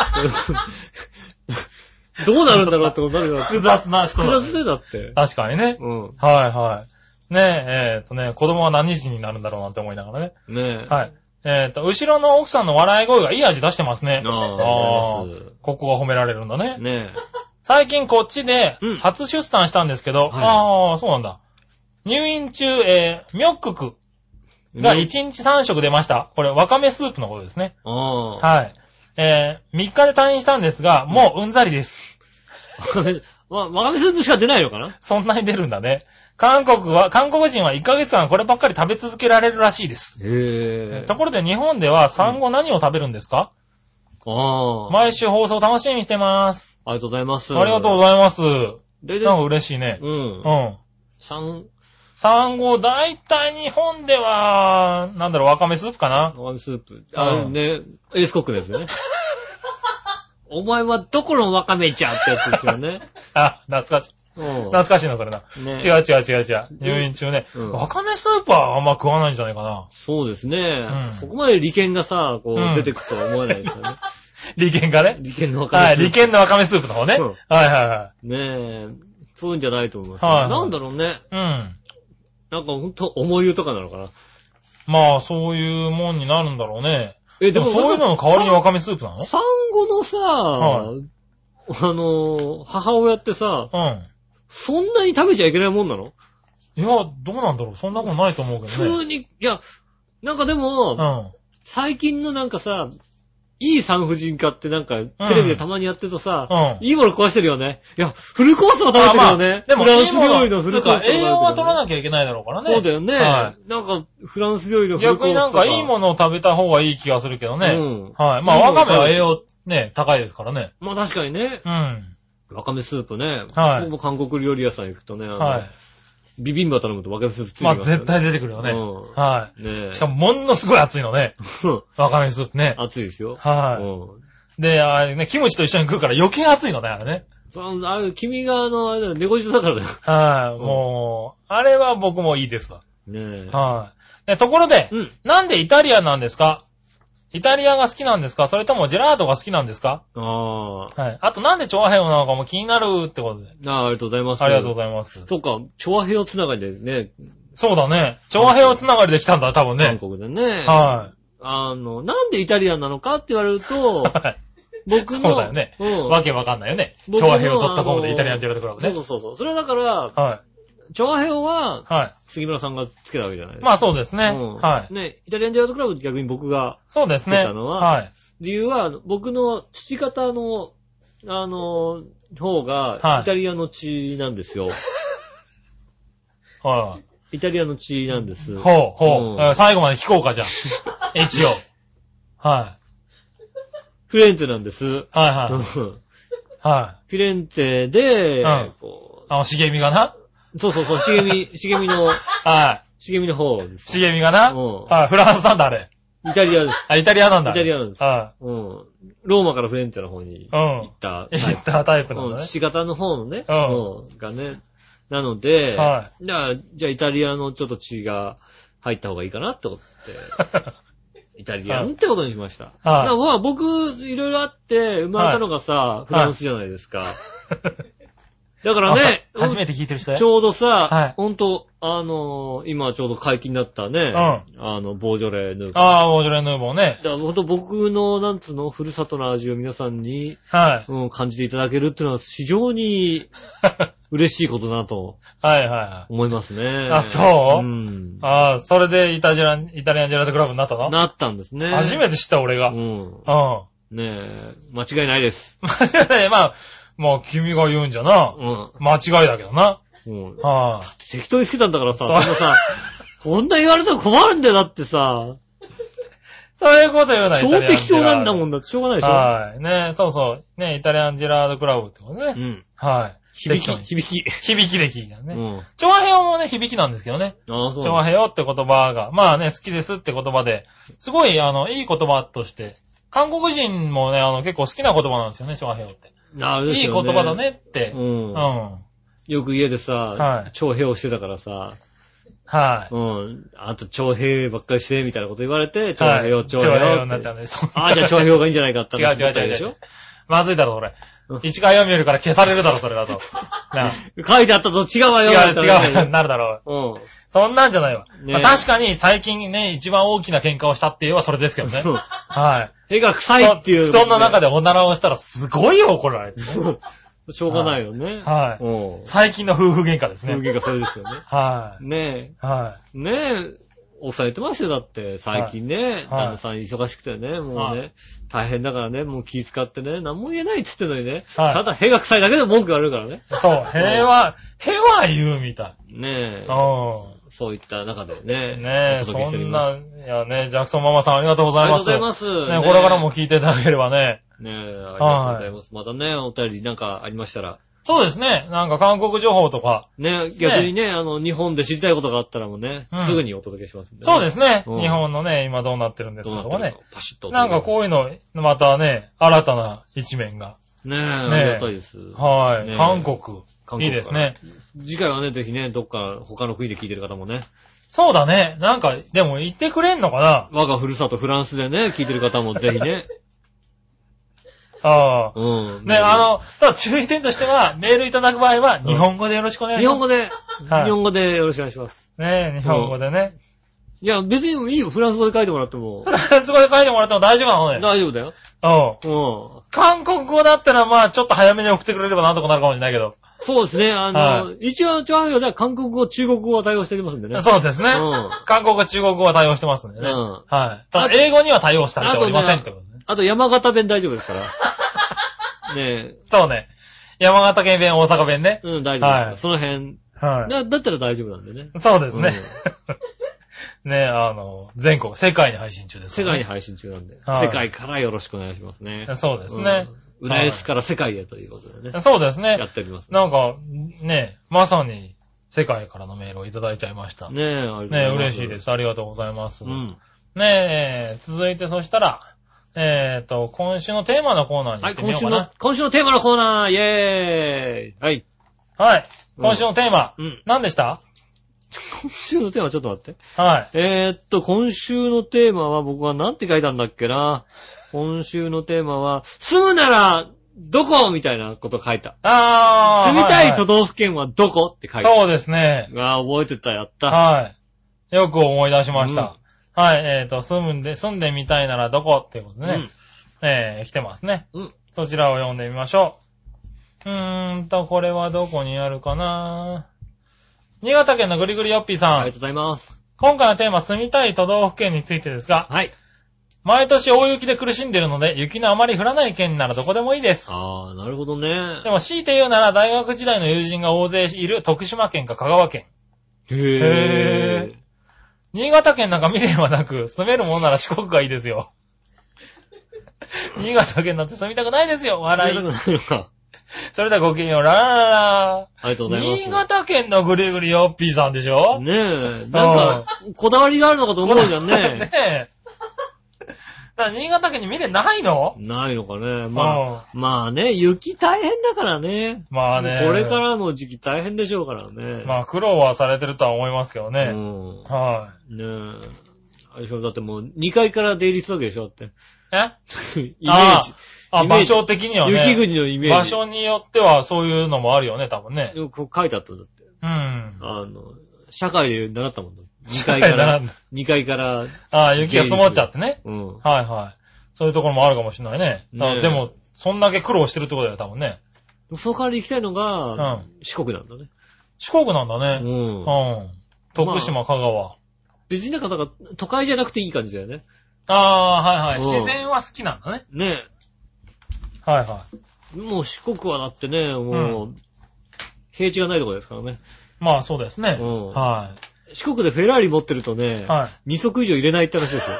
どうなるんだろうってことになるよ。複雑な人複だ雑。でだって。確かにね。うん。はいはい。ねえ、えっとね、子供は何時になるんだろうなって思いながらね。ねえ。はい。えっと、後ろの奥さんの笑い声がいい味出してますね。ああ、あありーがとうここが褒められるんだございますね。ね最近こっちでうん初出産したんですけはど、いああ、そうなんだ。入院中、えー、ミョッククえ。が1日3食出ました。これ、わかめスープのことですね。ああ。はい。えー、3日で退院したんですが、もううんざりです。わかめ、 わわかめスープしか出ないのかなそんなに出るんだね。韓国は、韓国人は1ヶ月間こればっかり食べ続けられるらしいです。へえ。ところで日本では産後何を食べるんですか、ああ。あ毎週放送楽しみにしてます。りがとうございます。ありがとうごいまざいます。す。で、でなんか嬉しいね。うんう。ん。三、産後、大体日本では、なんだろう、わかめスープかなワンスープ。あ、うんね、エースコックです よね。お前はどこのワカメちゃんってやつですよ ね。あ、懐かしい。うん。懐かしいな、それな。ね違う違う違う違う。入院中ね。うんわかめスープはあんま食わないんじゃないかな。そうですね、うんそこまで利権がさ、こうんう出てくるとは思わないですよね。 利権がね。利権のわかめ。はい、利権のわかめスープの方ね。うはんいはいはねえ、そういうんじゃないと思います、はいなんだろうね。い。うん。なんかほんと思い湯とかなのかな。まあ、そういうもんになるんだろうね。え、でも、そういうのの代わりにわかめスープなの産後のさ、はあの、母親ってさ、うん。そんなに食べちゃいけないもんなのいや、どうなんだろう。そんなことないと思うけど普ね。通に、いや、なんかでも、うん。最近のなんかさ、いい産婦人科ってなんか、テレビでたまにやってるとさ、うん。いいもの壊してるよね。いや、フルコースは食べてるよね。でも、フランス料理のフそルうコーかス栄養は取らい。なきゃいけないだろうからね。そうだよね。はなんか、フランス料理のい。フルコースとか。逆になんかいいものを食べた方がいい気がするけどね。うんはい。まあ、わかめは栄養ね、高いですからね。まあ確かにね。うん。わかめスープね。はい僕も韓国料理屋さん行くとね、あのはビビンバ頼むとわかめスープついい。てきまあ、ますよ絶。対出てくるよね。うんはねえ。い。しかも、ものすごい熱いのね。も。わかめスープね。 熱いですよ。はうんい。で、あれね、キムチと一緒に食うから余計熱いのね、あれね。そうあれ、君があの、あれだよ、猫舌だからだよ。はい。うんもう、あれは僕もいいですわ。ねえ。はい。でところで、うん。なんでイタリアンなんですかイタリアが好きなんですかそれともジェラートが好きなんですかああ。はい。あとなんで長編なのかも気になるってことで。ああ、ありがとうございます。ありがとうごいまざいます。そっか、調和平つながりでね、そうだね。長編をつながりできたんだ、多分韓ね。国でね。はあの、なんでイタリアンなのかって言われると い。、はい。僕の、そうだよねうん。わけわかんないよね。僕長の編を取ったコムあでのイタリアンジェラートクラブそうそね。うそうそう。それはだから、は。調和平はいは杉村さんがつけたわけじゃないい。まあそうですね。うんはい。ね、イタリアンジェラートクラブって逆に僕が、そうですね。出たのははい。理由は、あの僕の父方の、あの、方はがい、イタリアの血なんです よ。はい。イタリアの血なんです。ほう、ほううんうん。最後まで聞こうか、じゃ あ。一応。はフィレンツェなんです。い。はいうはん い。フはい。ィレンツェで、うんこあの、茂みがな。うそうそうそう、茂み、茂みの、は茂みの方でい。す。茂みがな。うんはい。フランスなんだ、あれ。イタリアです。あ、イタリアなんだ。イタリアなんですはうん。ローマからフィレンツェの方にい。うん行っ。たタイイプ。ッタータイプなうんん、だね。父方の方のね、うんうんがね。なので、はじゃあ、じゃあイタリアのちょっと血が入った方がいいかなって思 って、イタリアンってことにしました。はいだからまあ僕、いろいろあって、生まれたのがさ、フランスじゃないです か。だからね、あさ初うんめて聞いてる人だちよ。ょうどさ、はいほんと、あのー今ちょうど解禁になったね、あの、ボージョレ・ヌーボーああ、オージョレ・ヌーボーね。だからほんと僕の、なんつうの、ふるさとの味を皆さんに、はい。 うん、感じていただけるっていうのは非常に嬉しいことだなとはいはいは思いますね。あそううんい。。ああ、それでイタジラン、イタリアンジェラートクラブになったのなったんですね。初めて知った俺が。ううん。ん。 まねえ、間違いないです。あ、まあ、まあ、君が言うんじゃな。うん。間違いだけどな。うん。は適当につけたんだからさ、そんそうなさ、こんな言われたら困るんだよ、だってさ。い。そういうこと言うな、イタリア超ン適当なんだもんジだってしょうがないェでしょ。ラード。はい。ねそうそう。ねイタリアンジェラードクラブってことうね。ん。はい。響適当にき、響き。響きで聞いたうね。ん。あ調和平和もね、響きなんですけどね。あ、そう調な和んだ。平和って言葉が、まあね、好きですって言葉で、すごい、あの、いい言葉として、韓国人もね、あの、結構好きな言葉なんですよね、調和平和って。なるいい言葉だ。ねって。う。うんん。よく家ではさい、徴兵をしてたからさ、はうん。あと徴兵ばっかりして、みたいなこと言われて、い。徴はい兵を、徴兵調和平を和にっなっちて。ゃうんで、そんなああ、じゃあ徴兵がいいんじゃないかって違う違う違うでし違うょ。まずいだろ、それうん。一回読みよるから消されるだろ、そ れだと。なあ書いてあったと違うわよ。違う、違う、。なるだろう。うん。そんなんじゃないわ。ねまあ確かに最近ね、一番大きな喧嘩をしたって言えばそれですけどね。そうはい。絵が臭いっていう。布団の中で。でおならをしたらすごい怒られて。 しょうがないよね。はいうん。最近の夫婦喧嘩です風ね。景がそれですよね。はねい。はえ、ねえ、抑えてますよ、だって。最近ね、旦那さん忙しくてね、もうはね、大変だからね、もう気遣ってね、何も言えないって言ってんのにね、はいただ屁が臭いだけで文句言われるからね。い。 そう、平和、平和言うみたい。ねえ、うそういった中でね、ん。ねえ、お届けしそておりんます。な、いやね、ジャクソンママさんありがとうごあざいりがまとうごす。ざいます。ね、これからも聞いていただければね。ねえ、ありがとうございます。またね、お便りなんかありましたら、そうですね。なんか韓国情報とか。ね、逆にね、あの、日本で知りたいことがあったらもうね、うんすぐにお届けしますんで、そうですね。うん日本のね、今どうなってるんですどうかなっとてかるねか。パシッと。なんかこういうの、またね、新たな一面が。う。ねえ、ねえありがたいです。はい。ねえ韓国。韓い国いですね。次回はね、ぜひね、どっか他の国で聞いてる方もね、そうだね。なんか、でも言ってくれんのか我がふるさとフランスでね、聞いてる方もぜひ ね、なああ。うん。ね、あの、ただ注意点としては、メールいただく場合は、日本語でよろしくお願いし日ま本す。語で、はい日本語でよろしくお願いします。ね、日本語でね。いや、別にいいよ、フランス語で書いてもらってもフ。ランス語で書いてもらっても大丈夫なの大ね。丈夫だよ。うん。うん。韓国語だったら、まあ、ちょっと早めに送ってくれればなんとかなるかもしれないけど。そうですね、あはの、一応、チャーハンよりは韓国語、中国語は対応しておりますんでね。 そうですねうん。韓国語、中国語は対応してますんでね。うはんい。ただ、英語には対応されておりませあんっとてねことね。あと、山形弁大丈夫です から。ねえ、そうね。山形県弁、大阪弁ね。うん、大丈夫ですから、はいその辺、はだ、だったら大丈夫なんでね。い。そうですね。 ね、あの、全国、世界に配信中です、世界に配信中なんで、はい世界からよろしくお願いしますね。そうですね。うん。浦安から世界へということでね、そうですやね。っております。ねなんか、ね、まさに世界からのメールをいただいちゃいました。ね、え、ありがとうございます。嬉しいで。す。ありがとうございます。うん。ねえ、続いてそしたら、えっ、と、今週のテーマのコーナーに行はっい、てみ今よう週かのな。、今週のテーマのコーナー、イェーイはい。はい。うん今週のテーマ、うん何でした今週のテーマちょっと待って。はい。えー、っと、今週のテーマは僕はなんて書いたんだっけな。今週のテーマは、住むなら、どこみたいなこと書いた。あー。住みたはいは都道府県はどこって書いた。そうですね。うわあ、覚えてた、やった。はい。よく思い出しました。はい、えっ、と、住むんで、住んでみたいならどこっていうことでね、えー、来てますね。うん。うん。そちらを読んでみましょう。うーんと、これはどこにあるかな新潟県のぐりぐりよっぴーさん。ありがとうございます。今回のテーマ、住みたい都道府県についてですが、はい。毎年大雪で苦しんでるので、雪のあまり降らない県ならどこでもいいです。ああ、なるほどね。でも強いて言うなら、大学時代の友人が大勢いる徳島県か香川県。へへえー。新潟県なんか未練はなく、住めるものなら四国がいいで すよ。新潟県なんて住みたくないですよ。笑。そんないことないのかそれではごきげんよう、ララララ。ありがとうございます。新潟県のぐりぐりよっぴーさんでしょ ねえ。なんか、こだわりがあるのかと思うじゃんね。ねえ。だから新潟県に未練ないのないのかね。まあ、まあね、雪大変だからね。まあね。これか。らの時期大変でしょうからね。まあ苦労はされてるとは思いますけどうね。ん。はねえ。あれでしょ、だってもう2階から出入りするわけでしょ、だっ て。い。えイメーあジ。あ、イメー場ジ所的にはね。雪国のイメー場ジ。所によってはそういうのもあるよね、多分ね。よく書いてあったんだって。うん。あの、社会で習ったもんだ。2近階いからな、。 2階から、ああ、雪が積もっちゃってね。うん。はいはい。そういうところもあるかもしれないね。ねえあでも、そんだけ苦労してるってことだよ、多分ね。その代わり行きたいのうが、ん。四国なんだね。四国なんだね。ううん。ん。徳島、香川。別になんか、だから都会じゃなくていい感じだよね。ああ、はいはい。うん自然は好きなんだね。ねはいはもう四国はだってね、もう、平地がないところですからね。まあそうですね。うんは四国でフェラーリ持ってるとねい。、はい。 二足以上入れないって話です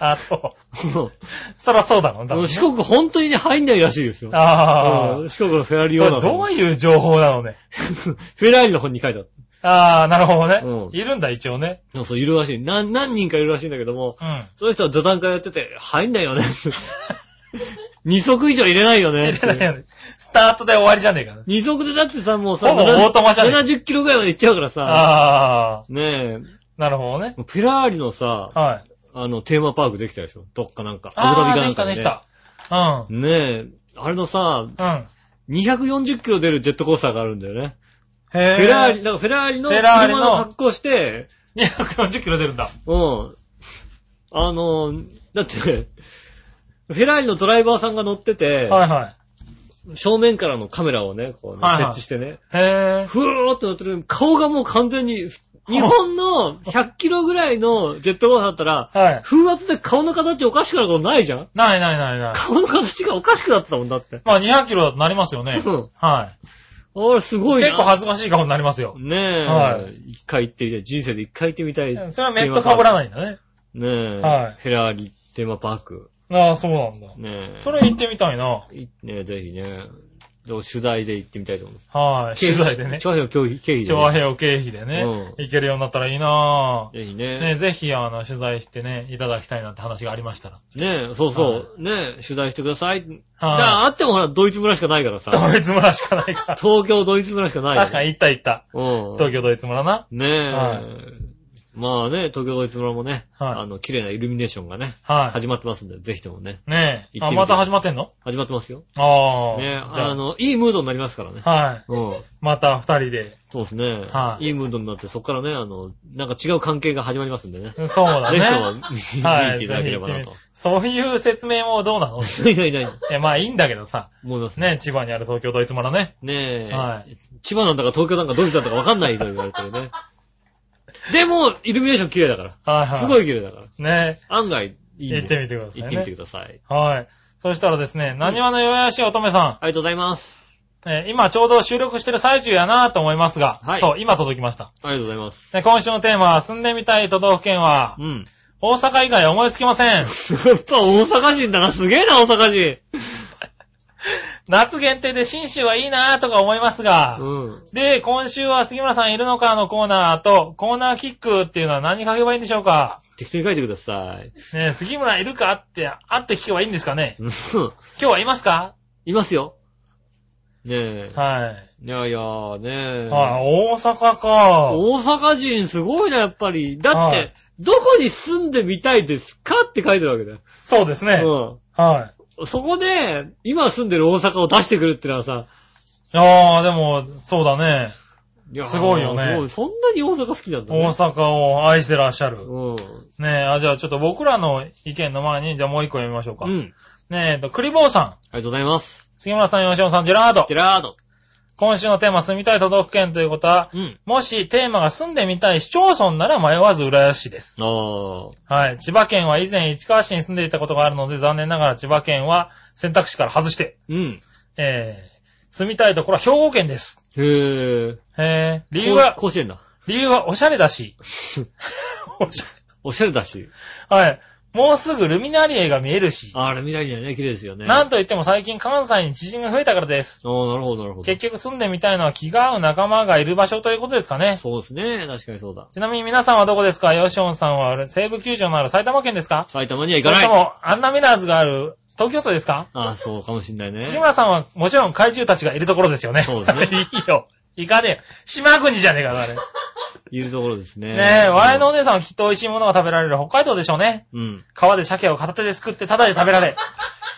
あ、そ よ。う。そらそうだろうね、も多分うね四国本当にね、入んないらしいですよ。ああう。ん四国のフェラーリ用そだれとど思うういう情報なのね。 フェラーリの本に書いてあっああ、なるほどね。うんいるんだ、一応ね。た。そう、いるらしい。何、何人かいるらしいんだけども、うん。そういう人は座談会やってて、入んない よね。二足以上入れないよね。入れないよね スタートで終わりじゃねえかな。二足でだってさ、もうさ、ほぼオートマじゃねえ70キロぐらいまで行っちゃうからさ、ああ、ねえ、なるほどね。フェラーリのさ、はい。あの、テーマパークできたでしょどっかなんか。アブダビあかあ、でなんきかたねできた。うん。ねえ、あれのさ、うん。 240キロ出るジェットコースターがあるんだよね。へえ。フェラーリ、なんかフェラーリのフェラーリ車のの格好して、 240キロ出るんだ。うん。あの、だって、フェラーリのドライバーさんが乗ってて、はいは正面からのカメラをね、こうね、はいはい設置してね、い。へえ。ふーって乗ってる、顔がもう完全に、日本の100キロぐらいのジェットコースターだったら、はい。風圧で顔の形おかしくなることないじゃんないないないない。顔の形がおかしくなってたもんだって。まあ200キロだとなりますよね。うんはあれ、すい。ごいな。結構恥ずかしい顔になりますよ。ねえ。はい一回行ってみたい。人生で一回行ってみたい。それはメット被らないんだね。ねえ。はいフェラーリテーマパーク。ああ、そうなんだ。ねえ。それ行ってみたいな。いねえ、ぜひね。でも取材で行ってみたいと思う。はい。取材でね。調和平経費、経費で調ね、和平を経費でね、う行けるようになったらいいなぁ。ぜひね。ね、ねぜひ、あの、取材してね、いただきたいなって話がありましたら。え、そうそう。ねえ、取材してください。だからはあってもほら、ドイツ村しかないから さ。ドイツ村しかないから。東京ドイツ村しかないよ。確かに行った行った。うん。東京ドイツ村な。ねえ。はいまあね、東京ドイツ村もね、はいあの、綺麗なイルミネーションがね、は始まってますんで、ぜひともね、い。ねえ。行っあ、てみてまた始まってんの始まってますよ。ああ。ねじゃああ、の、いいムードになりますからね。はい。うん。また二人で。そうですね。はいいムードになって、そこからね、あの、なんか違う関係が始まりますんでね。ぜそうだひね。とも見には行ってい。ぜいただけひれ行ばってなみと。そういう説明もどうなの いないない、え、まあいいんだけどさ。思いますね。ね、千葉にある東京ドイツ村ね。ねえ、はい千葉なんだか東京なんかどっちなんだかわかんないと言われてるね。でも、イルミネーション綺麗だかはいはら。い。すごい。い綺麗だから。ね案外、いいんで行ってみてください行ねってみてください。はい。そしたらですね、何話の弱々しい乙女さありがとうございます。ん、えー今ちょうど収録してる最中やなぁと思いますが、はいと、今届きました。ありがとうございます。で今週のテーマは、住んでみたい都道府県はう、ん。大阪以外思いつきません。やっぱ大阪人だな。すげえな、大阪人。夏限定で新州はいいなぁとか思いますが、うん。で、今週は杉村さんいるのかのコーナーと、コーナーキックっていうのは何書けばいいんでしょうか適当に書いてください。ねえ杉村いるかって、会って聞けばいいんですかねうん。今日はいますかいますよ。ねえ。はい。いやいやーねえ。あ、大阪か。大阪人すごいな、やっぱり。だって、はいどこに住んでみたいですかって書いてるわけだよ。そうですね。はい。うん。そこで、今住んでる大阪を出してくるってのはさ、いやー、でも、そうだね。いやーすごいよねすごい。そんなに大阪好きなんだ大ね。阪を愛してらっしゃる。うん。ねえ、あ、じゃあちょっと僕らの意見の前に、じゃあもう一個読みましょうか。うねん。え、えっと、クリボーさん、ありがとうございます。杉村さん、吉野さん、ジェラードジ。ェラード。今週のテーマ、住みたい都道府県ということは、うん。もしテーマが住んでみたい市町村なら迷わず浦安市です。あはい。千葉県は以前市川市に住んでいたことがあるので、残念ながら千葉県は選択肢から外して、ー。うん。えー、住みたいところは兵庫県です。へー。へー。理由はこ、う甲子園だ。理由はおしゃれ だし。おしゃれおしゃれだし。はい。もうすぐルミナリエが見えるし、あれ、緑だよね。綺麗ですよね。なんといっても最近関西に知人が増えたからです。おー、なるほど、なるほど結。局住んでみたいのは気が合う仲間がいる場所ということですかね。そうですね。確かにそうだ。ちなみに皆さんはどこですかヨシオンさんは西部球場のある埼玉県ですか埼玉には行そかれないと。もアンナミラーズがある東京都ですかああ、そうかもしんないね。杉村さんはもちろん怪獣たちがいるところですよね。そうですね いいよ。行かねえよ。島国じゃねえかよ、あれ。いるところですね。ねえ、我のお姉さんはきっと美味しいものが食べられる北海道でしょうね。うん。川で鮭を片手ですくってタダで食べら れ。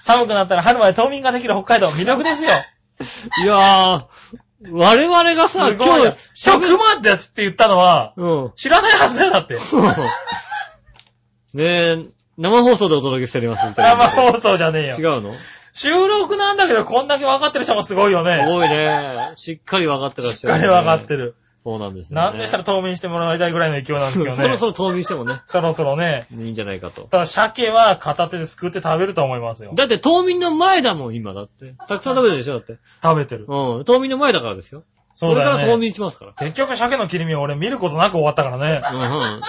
寒くなったら春まで冬眠ができる北海道、魅力ですよ。いやー、我々がさ、す今ごい日よ。、食までつって言ったのは、うん。知らないはずだよ、だって。ねえ、生放送でお届けしておりますみたい生な。放送じゃねえよ。違うの収録なんだけど、こんだけ分かってる人もすごいよね。多いね。しっかり分かってらっししっゃかる、り分かってる。そうなんですよ、ね。なんでしたら冬眠してもらいたいぐらいの勢いなんですけどね。そろそろ冬眠してもね、そろそろね。いいんじゃないかと。ただ、鮭は片手ですくって食べると思いますよ。だって冬眠の前だもん、今だって。たくさん食べてるでしょ、だって。食べてる。うん、冬眠の前だからですよ。そうこれだから冬よね。眠しますから。結局、鮭の切り身を俺見ることなく終わったからね。うんうん。う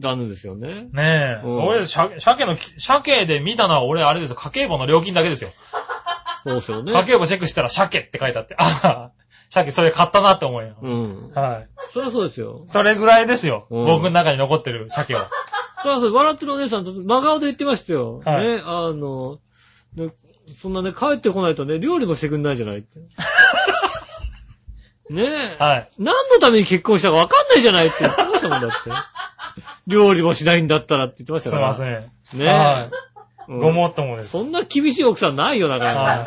残念ですよね。ん。ねえ。うん俺、鮭鮭のき、鮭で見たのは俺、あれですよ。家計簿の料金だけですよ。そうですよね。家計簿チェックしたら、鮭って書いてあって。あ鮭、それ買ったなって思うよ。うん。はい。そりゃそうですよ。それぐらいですよ。うん僕の中に残ってる鮭は。そりゃそう、笑ってるお姉さん、ちょっと真顔で言ってましたよ。はいね、あの、ねそんなね、帰ってこないとね、料理もしてくんないじゃない って。ねえ。 はい。何のために結婚したかわかんないじゃないって言ってましたもんだって。料理もしないんだったらって言ってましすたいから。ません。せねえ。はい。うんごもっともです。そんな厳しい奥さんないよ、なかなはか。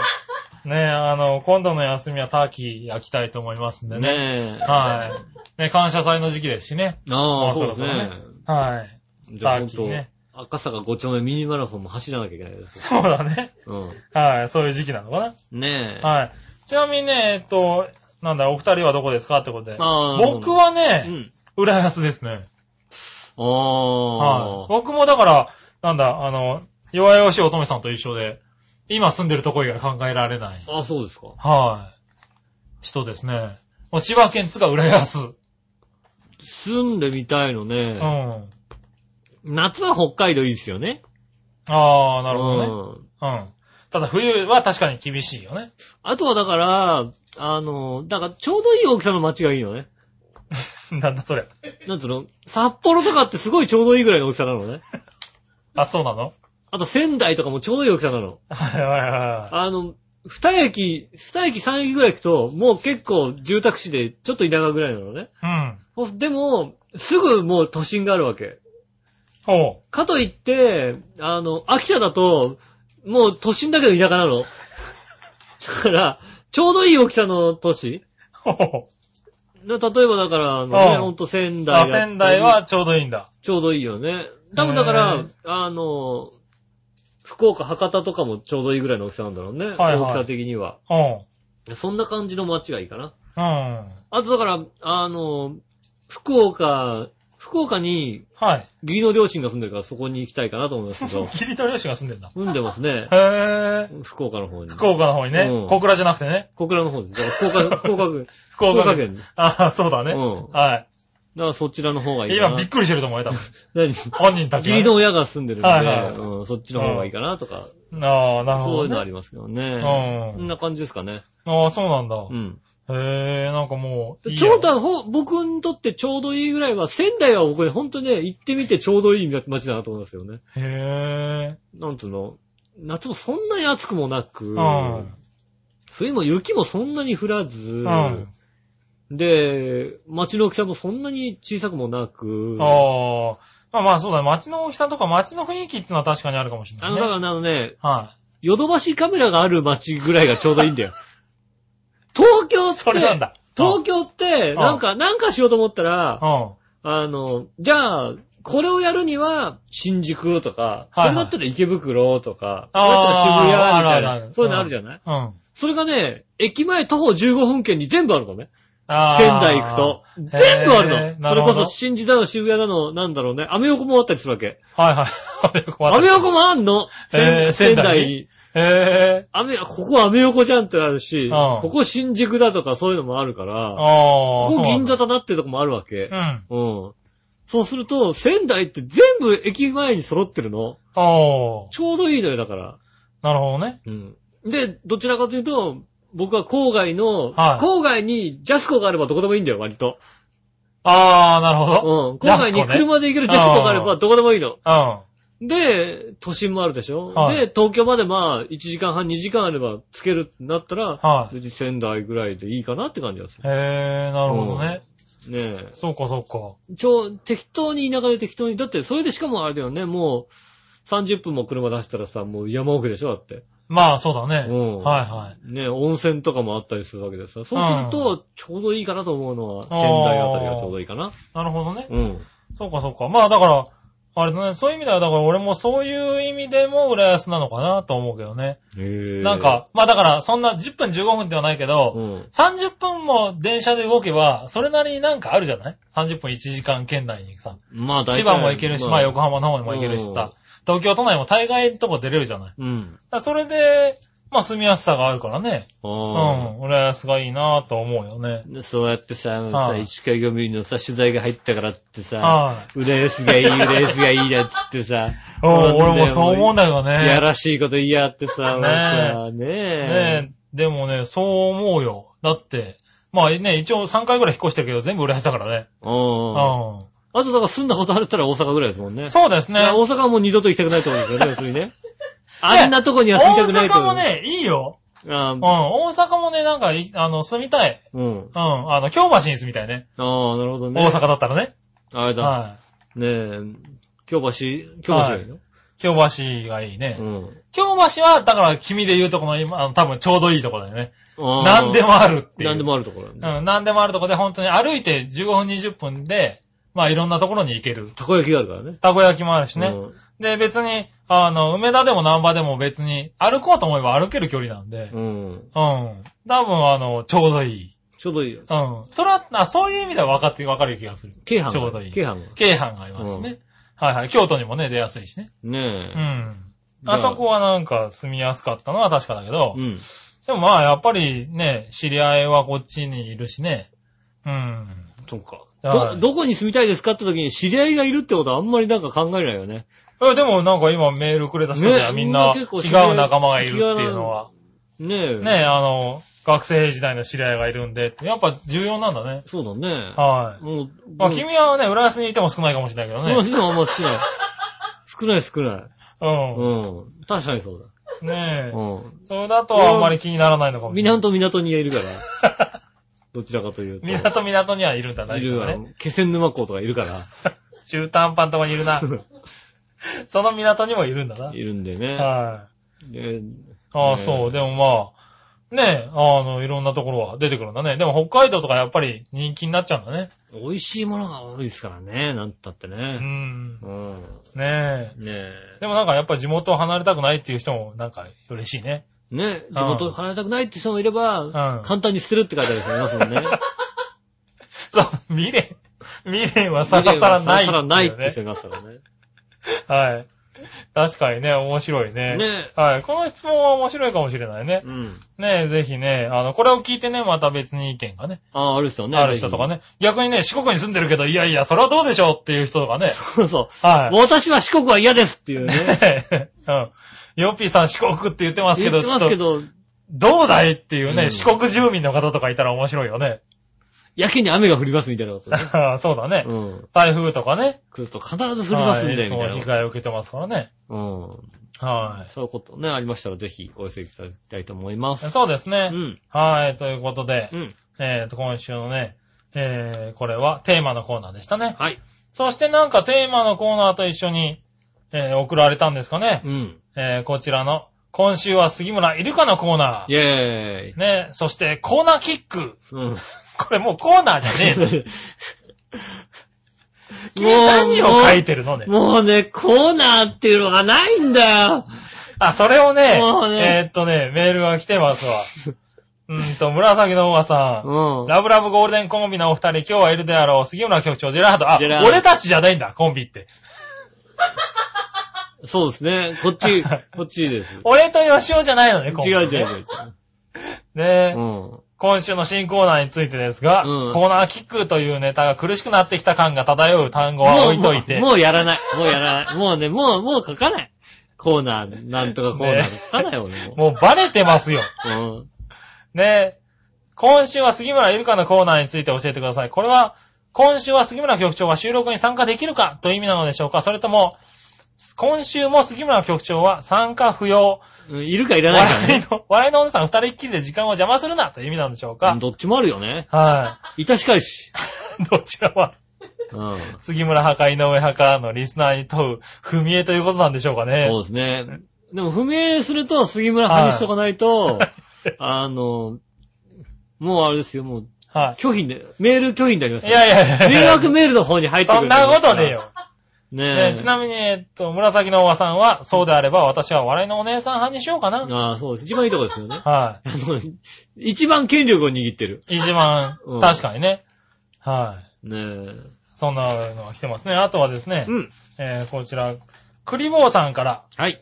い。ねえ、あの、今度の休みはターキー焼きたいと思いますんでね。ねえ。はい。ね、感謝祭の時期ですしね。あまあ、あそうですそろそろね。はい。じゃあ、さほっんきとね、赤坂5丁目ミニマラソンも走らなきゃいけないです。そうだね。うん。はい。そういう時期なのかな。ねえ。はい。ちなみにね、えっと、なんだ、お二人はどこですかってことで。あー僕はうね、ん。浦安ですあね。はい。あ。僕もだから、なんだ、あの、弱々しい乙女さんと一緒で、今住んでるとこ以外考えられない。ああ、そうですか。はい。人ですね。もう千葉県津が浦安。う住んでみたいのん。ね。あ夏は北海道いいですよね。あー、なるほどね。どね。うん。ただ冬は確かに厳しいよね。あとはだから、あの、だからちょうどいい大きさの街がいいのね。 なんだそれ。なんつうの札幌とかってすごいちょうどいいぐらいの大きさなのね。あ、そうなのあと仙台とかもちょうどいい大きさなの。はいはいはあの、二駅、二駅三駅ぐらい行くと、もう結構住宅地でちょっと田舎ぐらいなのね。い。うん。ほでも、すぐもう都心があるわけ。ほかといって、あの、秋田だと、もう都心だけど田舎なの。だから、ちょうどいい大きさの都市。う。ほう。だ例えばだから、あのね、うんほんと仙台だあ、ったり仙台はちょうどいいんだ。ちょうどいいよね。多分だから、へーあの、福岡、博多とかもちょうどいいぐらいの大きさなんだろうね。はいはい大きさ的には。うん。そんな感じの街がいいかな。うん。はあとだから、あの、福岡、福岡にい。、義理の両親が住んでるからそこに行きたいかなと思いますけど ギリト漁師が住んでんだ。住んでますね。へえ。福岡の方に。福岡の方にねうん。小倉じゃなくてね。小倉の方です。 だから福岡、福岡県。福福岡岡県。県。だかあ、そうだね。うんはらそちらの方がいい。いか今なびっ。くりしてると思うよ、多分。何本人たち義が理ね。の親が住んでるんで、はいはいうん、そっちの方がいいかなとか、ああ、なるそういほうのあどりね。ますけどね。うんこんな感じですかね。ああ、そうなんだ。うん。へえ、なんかもういいや。ちょうど、ほ僕にとってちょうどいいぐらいは、仙台は僕ね、ほんとね、行ってみてちょうどいい街だなと思いますよね。へえ。なんつうの、夏もそんなに暑くもなく、うん。冬も雪もそんなに降らずう、ん。で、街の大きさもそんなに小さくもなく、ああ。まあまあそうだね。街の大きさとか街の雰囲気ってのは確かにあるかもしれなあいの、ね。だからねあのね、はヨドバシカメラがある街ぐらいがちょうどいいんだよ。 東京っい。それなんて、だ。東京って、んなんか、なんかしようと思ったら、うん。あの、じゃあ、これをやるには、新宿とか、はいはいこれだったら池袋とか、これだったあーら渋谷みたいあるあるあな、るそういうのあるじゃない、うん。それがね、駅前徒歩15分圏に全部あるのね。あー仙台行くと。全部あるへーの。なそれほこどそ新宿だの渋谷だの、なんだろうね。アメ横もあったりするわけ。はい はい。アアメメ横横ももあんの。へ仙ー仙仙台台に。へぇアメ、ここアメ横じゃんってあるし、んここ新宿だとかそういうのもあるから、こー。ああ。こ銀座と。だなっていうとこもあるわけう。ん。あうん。そうすると、仙台って全部駅前に揃ってるの。あー。ちょうどいいのよ、だから。なるほどね。うん。で、どちらかというと、僕は郊外の、はい郊外にジャスコがあればどこでもいいんだよ、割と。ああ、なるほうど。ん。郊外にジャスコね車で行けるジャスコがあればどこでもいいの。うん。で、都心もあるでしょ、はいで、東京までまあ、1時間半、2時間あればつけるってなったら、はい。別に仙台ぐらいでいいかなって感じがする。へぇー、なるほどね。ねえ。そうかそうか。ちょ、適当に田舎で適当に。だって、それでしかもあれだよね、もう、30分も車出したらさ、もう山奥でしょだって。まあ、そうだね。うんはいはい。ね、温泉とかもあったりするわけですよ。そうすると、ちょうどいいかなと思うのは、仙あー台あたりがちょうどいいかな。なるほどね。うん。そうかそうか。まあ、だから、あれだね、そういう意味では、だから俺もそういう意味でも浦安なのかなと思うけどね。へえ。なん、か、まあだから、そんな10分15分ではないけど、うん。 30分も電車で動けば、それなりになんかあるじゃない ?30 分1時間圏内にさ、まあ大体千葉も行けるし、まあ横浜。浜の方にも行けるしさ、東京都内も大概のとこ出れるじゃないだかうん。らそれで、まあ住みやすさがあるからね。うあん、浦安がいいなぁと思うよねあ。。でそうやってさ、はさ、い石川漁民のさ、取材が入ったからってさ、はうれやす がいい、うれやすがいいなっつってさい。、うん俺もそう思うんなだけどね。やらしいこと言いやってさ、もうさねねえ。え、でもね、そう思うよ。だって、まあね、一応3回ぐらい引っ越してるけど、全部浦安だからね。うん。あうと、だから住んだことあるったら大阪ぐらいですもんね。ん。そうですねね。大阪はもう二度と行きたくないと思うんですよね、要するに ね。あんなとこには住みた大くないと阪思もう。ね、いいよ。あうん、あ大阪もね、なんかい、あの、住みたい。うん。うん、あの、京橋に住みたいね。ああ、なるほどね。大阪だったらね。あれだ。はねえ、京橋、京橋がいいのい。京橋がいいね。うん。京橋は、だから君で言うとこの今、あの多分ちょうどいいとこだよね。ああ何で。もあるっていう。何でもあるところ。うん、何でもあるとこで、本当に歩いて15分20分で、まあいろんなところに行ける。たこ焼きがあるからね。たこ焼きもあるしね。うんで、別に、あの、梅田でも南波でも別に、歩こうと思えば歩ける距離なんで、うん。うん。多分、あの、ちょうどいい。ちょうどいいよ。うん。それは、あそういう意味では分かって、分かる気がする。京阪が。ちょうどいい京阪が。京阪がありますしね。はいはい。京都にもね、出やすいしね。ねうえ。ん。じゃああそこはなんか住みやすかったのは確かだけど、うん。でもまあ、やっぱりね、知り合いはこっちにいるしね。うん。そっか。はど、いどこに住みたいですかって時に知り合いがいるってことはあんまりなんか考えないよね。えでもなんか今メールくれた人じゃねみんみんなな違結構知り合いう仲間がいるっていうのは。ねえ。ねえ、あの、学生時代の知り合いがいるんでって、やっぱ重要なんだね。そうだね。はい。もう、まあ君はね、浦安にいても少ないかもしれないけもうどでもあんま少ない。少ない少ない。ね。うん。確かにそううん。ねだ。え。うそれだとはあんまり気にならないのかん。もしれない。港港にいるから。 どちらかというと。港港にはいるんだな、いるわ今ね。。気仙沼港とかいるから。中途半端なとこにいる な。その港にもいるんだな。はいいるんでね。。あであ、ねえそう。でもまあ、ねえ、あの、いろんなところは出てくるんだね。でも北海道とかやっぱり人気になっちゃうんだね。美味しいものが多いですからね。なんたってうね。ん。うん。ねえ。ねえ。でもなんかやっぱり地元を離れたくないっていう人もなんか嬉しいね。 ね、地元離れたくないって人もいれんば、簡単に捨てるって書いてある人もいますもんね。そう、未練。未練は逆 さらない、さらないって人ね。いますからね。はい。確かにね、面白いね。ねはい。この質問は面白いかもしれないね。うん。ねぜひね、あの、これを聞いてね、また別に意見がね、ああ、ある人ね。ある人とかね。逆にね、四国に住んでるけど、いやいや、それはどうでしょうっていう人とかね。ぜ ひ。そうそう。はい。私は四国は嫌ですっていうね。うん。ヨッピーさん四国って言って ますけ言ど、ってますけちょっと、ど、どうだいっていうね、うん四国住民の方とかいたら面白いよね。 やけに雨が降りますみたいなことね。そうだね。うん。台風とかね。来ると必ず降りますんで、はいみいつたもい被な。害を受けてますからね。うん。はい。そういうことね、ありましたらぜひお寄せいただきたいと思います。そうですうね。ん。はい、ということで、うん。えっ、と、今週のね、えー、これはテーマのコーナーでしたね。はい。そしてなんかテーマのコーナーと一緒に、えー、送られたんですかね。うん。えー、こちらの、今週は杉村いるかのコーナイェーイー。。ね、そしてコーナーキック。うん。これもうコーナーじゃねえの君 何もうを書いてるのね。もうね、コーナーっていうのがないんだよ。あ、それをね、もうねえー、っとね、メールが来てますわ。 うーんと、紫のおばさん。うん。ラブラブゴールデンコンビのお二人、今日はいるであろう。杉村局長、ジェラード。あジェラー、ド俺たちじゃないんだ、コンビって。そうですね。こっ ち、こっちです。俺と吉尾じゃないのね、コンビ、違ね。う違う違う違う。ねえ、うん。今週の新コーナーについてですが、うんコーナーキックというネタが苦しくなってきた感が漂う単語はもう置いといて、もうもうやらない。もうやらない。もうね、もう、もう書かない。コーナー、なんとかコーナーね書かないよ、俺ももうバレてます よ。う。うん。ねえ、今週は杉村いるかのコーナーについて教えてください。これは、今週は杉村局長は収録に参加できるかという意味なのでしょうかそれとも、今週も杉村局長は参加不要。うんいるかいらないか笑ねいの、笑いのお姉さん二人っきりで時間を邪魔するなという意味なんでしょううかん。どっちもあるよね。はい たしかいし。い。どちらは、うん。杉村派か井上派かのリスナーに問う、踏み絵ということなんでしょうかね。そうですね。でも、不明すると、杉村派にしとかない と、あの、もうあれですよ、もう、は拒否で、メール拒否になりますい。いよやいやいやいや迷惑メールの方に入ってくそる。んなことねえ。よ。ねねえ。ちなみに、えっと、紫のおばさんは、そうであれば私は笑いのお姉さん派にしようかな。ああ、そうです。一番いいとこですよね。あはの、一番権力を握ってる。い。一番うん、確かにね。はい。ねえ。そんなのが来てますね。あとはですね、うん。えー、こちら、クリボーさんから、はい。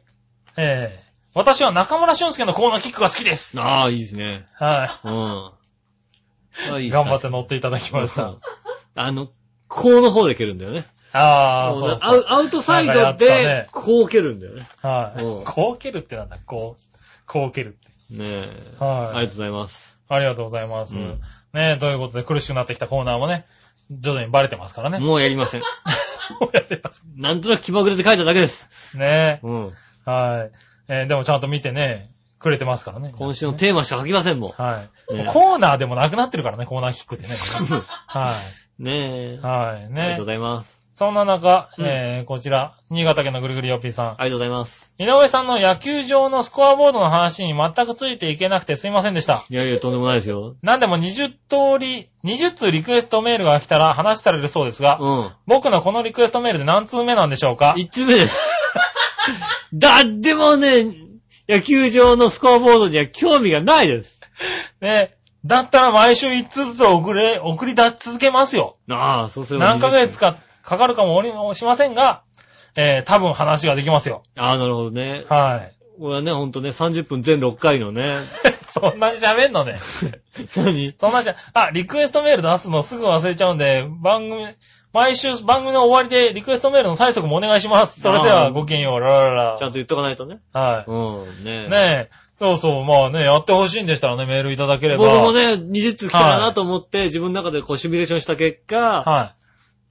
えー、私は中村俊介のコーナーキックが好きです。ああ、いいですね。はうん。ああいい。い頑張って乗っていただきましうたん。あの、こうの方で蹴るんだよね。ああ、もそううなそう。アウアウトサイなんかやドったでね、こう蹴るんだよね。はうんい。こう蹴るってなんだ、こう。こう蹴るって。ねえ。はいありがとうございます。ありがとうございます。うんねえ、ということで苦しくなってきたコーナーもね、徐々にバレてますからね。もうやりま せん。もうやってます。なんとなく気まぐれで書いただけです。ねうん。え。はい。えーでもちゃんと見てね、くれてますからね。今週のテーマしか書きませんもん。はい。ねもうコーナーでもなくなってるからね、コーナーキックってね。 は ねえい。。はい。ありがねとうございます。そんな中、うんえーこちら、新潟県のぐるぐるよっぴーさん。ありがとうございます。井上さんの野球場のスコアボードの話に全くついていけなくてすいませんでした。いやいや、とんでもないですよ。何でも20通り、20通リクエストメールが来たら話されるそうですが、うん。僕のこのリクエストメールで何通目なんでしょうか一通目 です。だ、でもね、野球場のスコアボードには興味がないです。ね、だったら毎週1通ずつ送れ、送り出し続けますよ。ああ、そうすれば何ヶ月かかかるかもおりもしませんが、えー、多分話ができますよ。ああ、なるほどね。はい。 俺はね、ほんとね、30分全6回のね、そんなに喋んのね。何そんなじゃ、あ、リクエストメール出すのすぐ忘れちゃうんで、番組、毎週番組の終わりでリクエストメールの催促もお願いします。それであーはごきげんよう、ラララちゃんと言っとかないとね。はうん、ねい。ねえ、そうそう、まあね、やってほしいんでしたらね、メールいただければ。僕も。ね、20通来たらなと思って、自分の中でこうシミュレーションした結果、は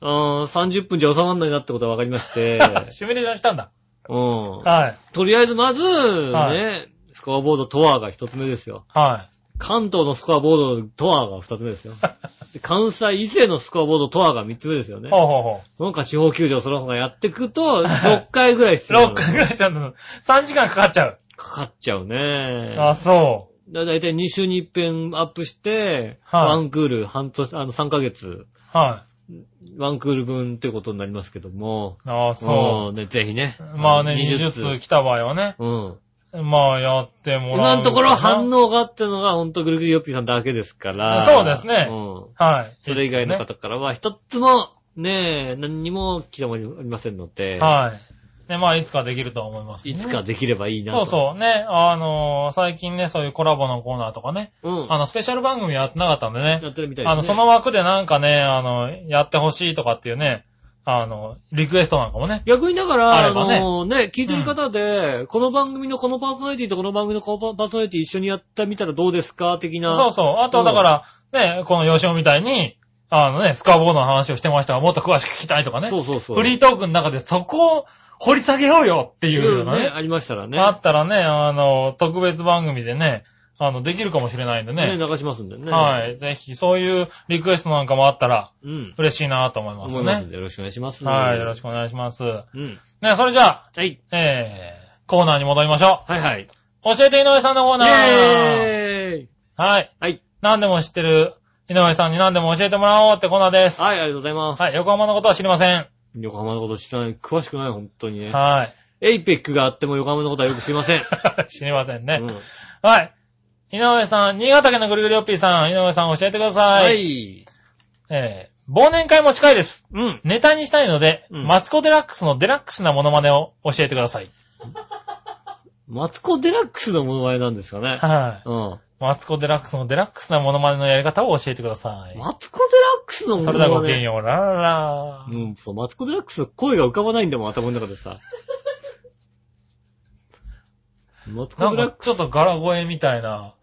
うーん、30分じゃ収まんないなってことが分かりまして、い。 シミュレーションしたんだ。うん。はい。とりあえずまず、はいね、スコアボードトアが一つ目ですよ。は関東のスコアボードトアが二つ目 ですよ。で関西伊勢のスコアボードトアが三つ目ですよい。ねほう。ほうほ。なんか地方球場その方がやっていくと、6回ぐらいう必要なロッのクぐらいちゃんと、3時間かかっちゃう。かかっちゃうね。あ、そう。だだいたい2週に一遍アップして、はいワンクール半年、あの3ヶ月、はワンクール分ってことになりますけども。。い。あ、そうね、ぜひねう。。まあね、20通通。来た場合はね、うん。まあやっても今らう。のところ反。応があったのが、ほんとぐるぐるよっぴーさんだけですから。そうですねうん。はい。それ以外のね方からは、一つも、ねえ、何にも来てもありませんので、はい。で、まあ、いつかできるとは思います、いつかできればいいなそうと。そう。ね、あのー最近ね、そういうコラボのコーナーとかね、う。うん。あの、スペシャル番組やってなかったんでねや、ってるみたいですね。あの、その枠でなんかね、あの、やってほしいとかっていうね、あの、リクエストなんかもね、逆にだから、ああればねのね、聞いてる方で、この番組のこのパーソナリティとこの番組のこのパーソナリティ一緒にやってみたらどうですか的な。そうそう。あとはだから、ね、この吉尾みたいに、あのね、スカボーの話をしてましたが、もっと詳しく聞きたいとかね。そうそうそうフリートークの中でそこを掘り下げようよってういんうようなね、ね。ありましたらね。あったらね、あの、特別番組でね、あの、できるかもしれないんでねね。流しますんでね。はい。ぜひ、そういうリクエストなんかもあったら、うん。嬉しいなと思います思いますんね。で、よろしくお願いします。はい。よろしく。くお願いします。うん。ね、それじゃあ、はい。えー、コーナーに戻りましょはいはい。う。教えて井上さんのコーナー。イェーイはい。はい。何でも知ってる井上さんに何でも教えてもらおうってコーナーです。はい、ありがとうございます。はい。横浜のことは知りません。横浜のこと知らない、詳しくない、本当にね。はい。 エイペックがあっても横浜のことはよく知りません。知りませんうね。んはい。井上さん、新潟県のぐるぐるよっぴーさん、井上さん教えてくださはい。い。えー忘年会も近いです。うん。ネタにしたいので、うんマツコデラックスのデラックスなモノマネを教えてください。マツコデラックスの物前なんですかね。はい。うん。マツコデラックスのデラックスなモノマネのやり方を教えてください。マツコデラックスの物そ前れではごきげんよう、ラララ。うん、そう、マツコ・デラックス、声が浮かばないんだもん、頭の中で さ。マツコ・なんデラッかクちょっと柄声みたいな、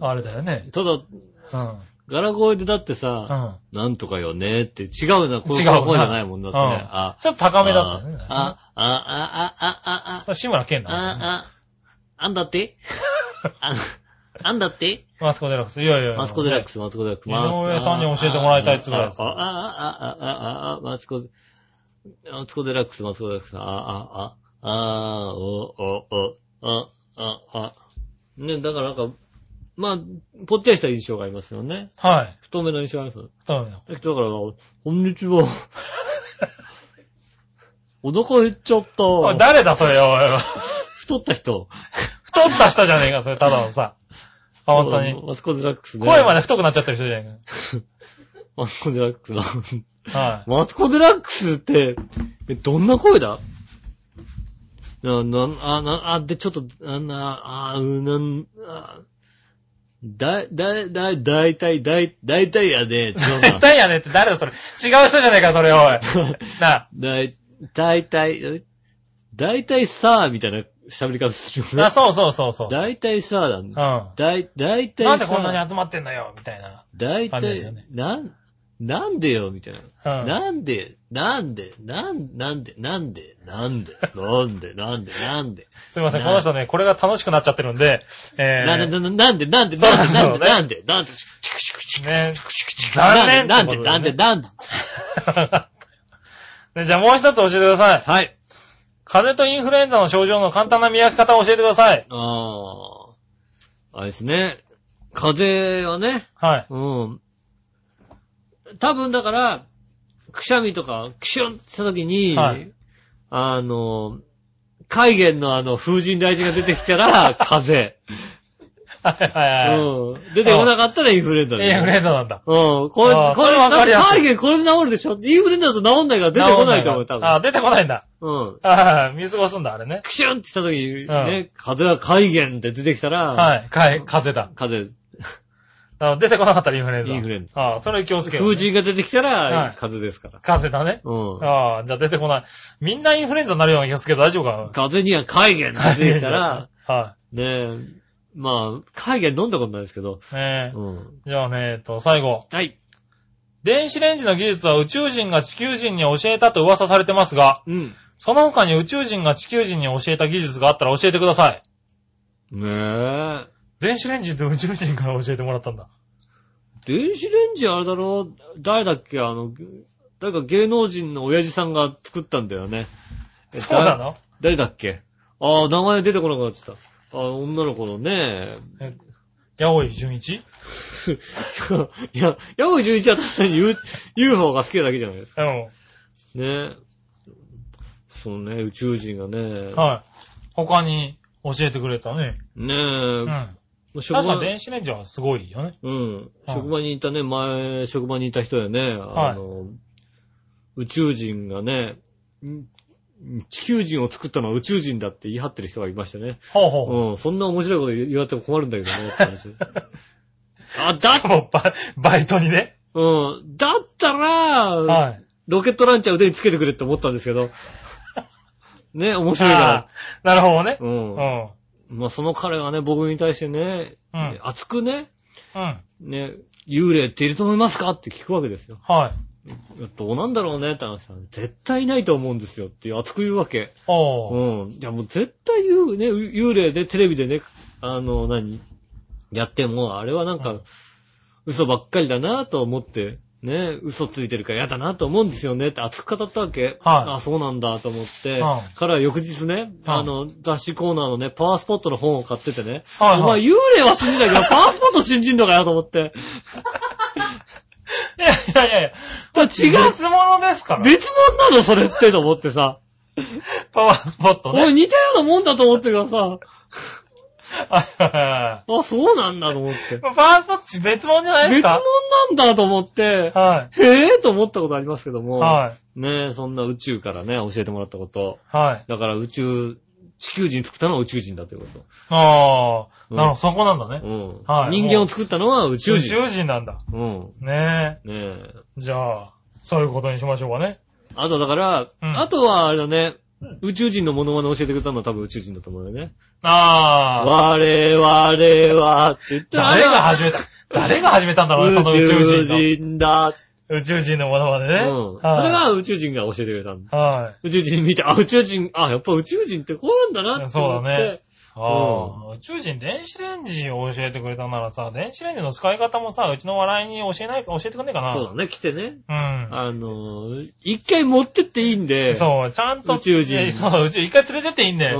あれだよねス、。ただ、うん。柄声でだってうん。さ、ななんとかよねって違うな、こ違うな声じゃないもんだってね。あ、ちょっと高めだったよね。あ、あ、あ、あ、あ、あ、あ、あ、そう、志村けんなんだよね。あ、あんだってあ、あんだってマツコデラックス。いやいや。マツコ・デラックス。ス、マツコ・デラックス。井上さんに教えてもらいたいっつうぐらいですあ、あ、あ、あ、あ、あ、マツコ、マツコ・デラックス、マツコ・デラックス、あ、あ、あ、あ、お、お、お、あ、あ、あ。ね、だからなんか、まあ、ぽっちゃりした印象がありますよね。はい。太めの印象があります。そうだよだけどだから、こんにちは。 お腹減っちゃっおいた。誰だ、それよ。おい太った人。太った人じゃねえか、それ、ただのさ。あ、本当に。マツコデラックスね。声まで太くなっちゃってる人じゃねマツコデラックスな。えか。はい。マツコデラックスって、えどんな声だな、な、あ、な、あ、で、ちょっと、あ、な、あ、う、なん、あ、だ、だ、だ、だいたい、だい、だいたいやで、違う絶な。対やねって誰だ、それ。違う人じゃねえか、それ、お い。なだい、だいたい、えだいたいさあ、みたいな喋り方するあ、よなね。そうそうそうそう。だいたいさあなんうん。だ。なだい、だいたいさあ。んでこんなに集まってんのよ、みたいな。だいた感じですよいね、なん、なんでよ、みたいな。うん。なんで、なんで、なん、なんで、なんで、なんで、なんで、なんで、なんで、すいません、なこの人ね、これが楽しくなっちゃってるんで、 えなー、んで、なんで、なんで、なんで、そうそうなんで、ねなんで、なんで、チクチクチクね、チクチク残念なんで、ってことなだんねで、なんで、ねじゃあもう一つ教えてください。はい。風邪とインフルエンザの症状の簡単な見分け方を教えてください。ああ、あれですね。風邪はね、はい。うん。多分だから、くしゃみとか、クシュンってした時に、はいあの、海原のあの、風神雷神が出てきた ら、風邪。はいはいはうん。出てこなかったらインフルエンザい。だよインフルエンザなんだ。うん。これ、あーこそれ、れだわっかりてやすい海外これで治るでしょインフルエンザだと治んないから出てこないと思う、多分。あ、出てこないんだ。うん。ああ、見過ごすんだ、あれね。クシュンってした時に、んね、風が海源って出てきたら、はい。かい、風邪だ。風、あ出てこなかったらインフルエンザ。インフルエンザ。ああ、それ気をつけよう風神が出てきたはらい、風邪ですから。風邪だね。うん。ああ、じゃあ出てこない。みんなインフルエンザになるような気がするけど大丈夫か風邪には海源が出てきたら、、はねえ、まあ、海源飲んだことないですけど、い。ねえ。うん。じゃあね、えっと、最後。はい。電子レンジの技術は宇宙人が地球人に教えたと噂されてますが、うん。その他に宇宙人が地球人に教えた技術があったら教えてください。ねえ。電子レンジって宇宙人から教えてもらったんだ。電子レンジあれだろ誰だっけあの、誰か芸能人の親父さんが作ったんだよね。えそうなの誰だっけああ、名前出てこなくなっちゃった。ああ、女の子のね。 やおい純一いや、ヤゴ純一は確かに U- UFO が好きなだけじゃないですか。うん。ねそうね、宇宙人がね。はい。他に教えてくれたね。ねうん。え、職確場かに、電子レンジはすごいよね。うん。はい職場にいたね、前、職場にいた人でね、はいあの、宇宙人がね、ん地球人を作ったのは宇宙人だって言い張ってる人がいましてね。ほうほうほう。うん、そんな面白いこと言われても困るんだけどね、って話 あ、だ、もうババイトにね。うん、だったら、はい。ロケットランチャー腕につけてくれって思ったんですけど、ね、面白いあかあなるほどねら。。ううん。ん。うん。まあ、その彼がね、僕に対してね、うん熱くね、うん。ね、幽霊っていると思いますかって聞くわけですよ。はい。どうなんだろうねって話したら、絶対いないと思うんですよって熱く言うわけ。おー。うん。いやもう絶対言う、ね、幽幽霊でテレビでね、あの、何やっても、あれはなんうかん、嘘ばっかりだなと思って、ね、嘘ついてるから嫌だなと思うんですよねって熱く語ったわけ。あ、そうなんだと思って、うん彼は翌日ね、あの、雑誌コーナーのね、パワースポットの本を買っててね、はいはいお前幽霊は信じないけど、パワースポット信じんのかよと思って、いやいやいやいだから違や。う別物ですから。別物なのそれってと思ってさ。パワースポットおい、ね。似たようなもんだと思ってからさ、 はいはいはいあ、そうなんだと思って。パワースポット別物じゃないで別すか物なんだと思って、はへえと思ったことありますけどい。も、はい。ねえ、そんな宇宙からね、教えてもらったこと。はい。だから宇宙、地球人作ったのは宇宙人だというこああ、うんなるほど、そこなんだと。ね。うん。はい人間を作ったのは宇宙宇人。宙人なんだ。うん。ねねえ。え。じゃあ、そういうことにしましょうかね。あとだから、うんあとはあれだね、宇宙人のモノマネ教えてくれたのは多分宇宙人だと思うよね。ああ。我々はって言ったら、誰が始めた、誰が始めたんだろうね、その宇宇宙宙人の。人だって宇宙人のものまでね。うん。それいは宇宙人が教えてくれたんだ。はい。宇宙人見て、あ、宇宙人、あ、やっぱ宇宙人ってこうなんだなって思って。そうだね。ああ、宇宙人、電子レンジを教えてくれたならさ、電子レンジの使い方もさ、うちの笑いに教えない、教えてくんねえかな。そうだね、来てね。うあのー、一回持ってっていいんで。ん。そう、ちゃんと。宇宙人いやそう、宇宙、一回連れてっていいんうで。ん。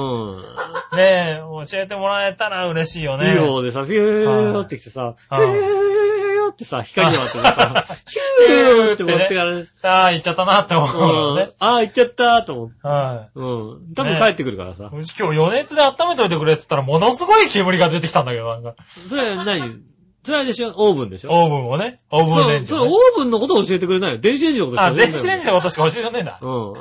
ねえ、教えてもらえたら嬉しいよね。 UFO でさ、フィューってきてさ、フはいィューっってさ、光があってさ、ヒ ヒューューっってて持ねってやられる。ああ、行っちゃったなって思うのうんね。ああ、行っちゃったーと思って。はうん。多分ね帰ってくるからさい。。今日余熱で温めといてくれって言ったら、ものすごい煙が出てきたんだけど、なんか。それは何それあれでしょオーブンでしょオーブンをね。オーブンレンジそうそをれね、オーブンのこと教えてくれないよ。電子レンジのことあ、電子レンジだのことしか教えてないんだ。よ。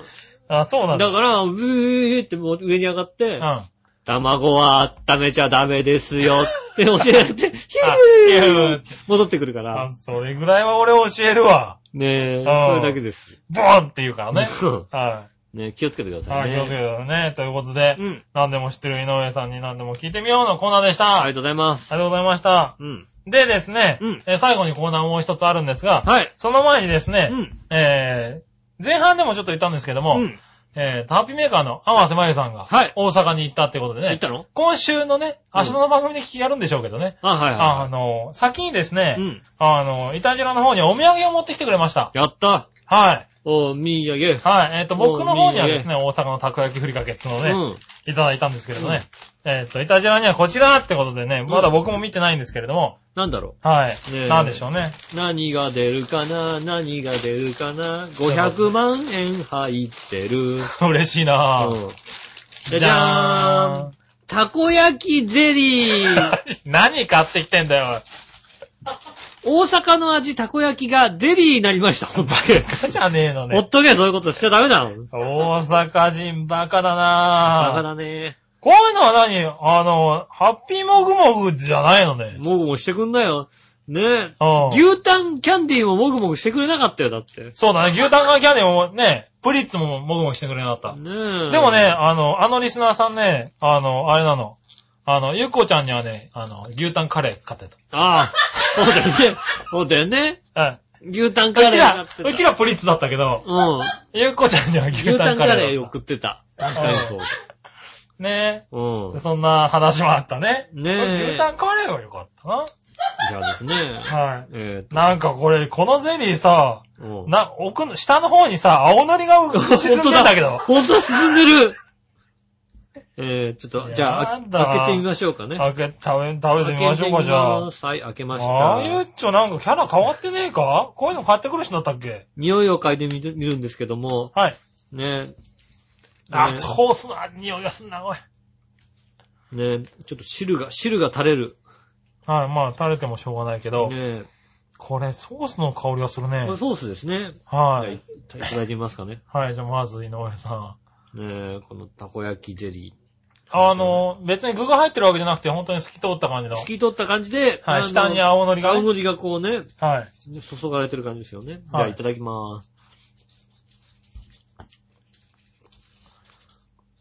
あ、そうう。なんんだ。だから、うーってもう上に上がって、うん。卵は温めちゃダメですよって 教えられて、ヒュヒーューって戻ってくるかあ、ら。それぐらいは俺教えるわ。ねえ、んそれだけです。ボーンって言うからね。うんは ねえ気をつけてくだい。さあ、いね。気をつけてね。ということで、うん。何でも知ってる井上さんに何でも聞いてみようのコーナーでした。ありがとうございます。ありがとうございました。うん。でですね、うんえー最後にコーナーもう一つあるんですが、はい。その前にですうね、ん。えー前半でもちょっと言ったんですけども、うん。えーハッピーメーカーの天瀬まゆさんがはい、大阪に行ったってことでね、行ったの今週のね、うん明日の番組で聞きやるんでしょうけどね、あ、はいはいあはの、先にですね、い。うん。あの、イタジラの方にお土産を持ってきてくれました。やった。はい。おみやげ。はい。えっ、と、僕の方にはですね、大阪のたこ焼きふりかけっていうのをね、うん。いただいたんですけれどね。えっ、と、イタジラにはこちらってことでね、まだ僕も見てないんですけれども、なんだろはいねえ。なんでしょうね。う。何が出るかな何が出るかな ?500 万円入ってる。嬉しいなうぁ。んじゃじゃーん。たこ焼きゼリー。 ーん。 何買ってきてんだよ。大阪の味たこ焼きがゼリーになりま した、ほんと バカじゃねえのに。ほねっ。とけ、そういうことしちゃダメだもん。大阪人バカバカだなぁ。だね。こういうのは何あの、ハッピーモグモグじゃないのね。もぐもぐしてくんなよ。ねえ。うん。牛タンキャンディーももぐもぐしてくれなかったよ、だって。ねそうだね。牛タンガキャンディもね、プリッツもモグモグしてくれなかった。え。でもね、、あの、あのリスナーさんね、あの、あれなの。あの、ゆっこちゃんにはね、あの、牛タンカレー買ってああ、そうだよね。そうだよね。た。はい。牛タンカレうーちだらって、た。うちらプリッツだったけど、うん。ゆっこちゃんには牛牛タタンンカカレレーーを送ってた。確かにそうだ。ねうえ。ん。そんな話もあったね。ねえ牛タンカレーは良かったな。じゃあですね。はい。えーと。なんかこれ、このゼリーさ、うんな、奥の、下の方にさ、青のりが 沈んでんだ けど。ほんとだ沈んでるえー、ちょっいと、やじゃあ、あなんだ開けてみましょうかね。開け、食べ、食べてみましょうか、開けてじゃみまあ。すはい、開けましああゆたっ。ちょなんかキャラ変わってねえかこういうの買ってくる人だったっけ匂いを嗅いでみる見るんですけども、はい。ね。あ、ねソースの匂いがすんな、おい。ね、ちょっと汁が、汁が垂れる。はい、まあ、垂れてもしょうがないけど、ねこれ、ソースの香りがするこねれ。ソースですね。ははいい。。いただいてみますかね。はい、じゃあ、まず、井上さん。ねこのたこ焼きゼリあの、別に具が入ってるわけじゃなくて、本当に透き通った感じのー。。透き通った感じで、はあい、の下に青のりが青ね。のりがこうね、はい。注がれてる感じですよね。じゃはあ、いいただきまーす。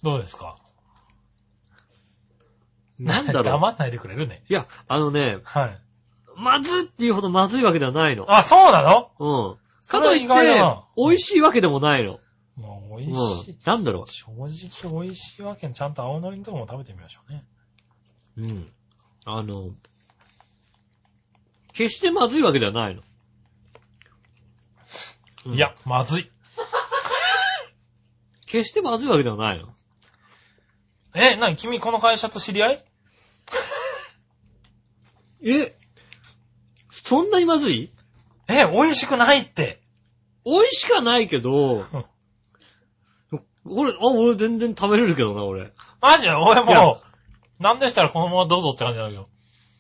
どうですかなんだろう。黙んないでくれるね。いや、あのね、はい。まずっていうほどまずいわけではないの。あ、そうなのうん。かそれとはいっ意外だてな、美味しいわけでもないの。もう、う美ん味しい。。なんだろ正直美味しいわけに、ちゃんと青のりのとこも食べてみましょうね。う。うん。あの、決してまずいわけではないの。うんいや、まずい。決してまずいわけではないの。え、なに、君この会社と知り合いえそんなにまずいえ、美味しくないって。美味しかないけ ど、俺、あ、俺全然食べれるけどな、俺。マジで俺いやもう、なんでしたらこのままどうぞって感じだけど。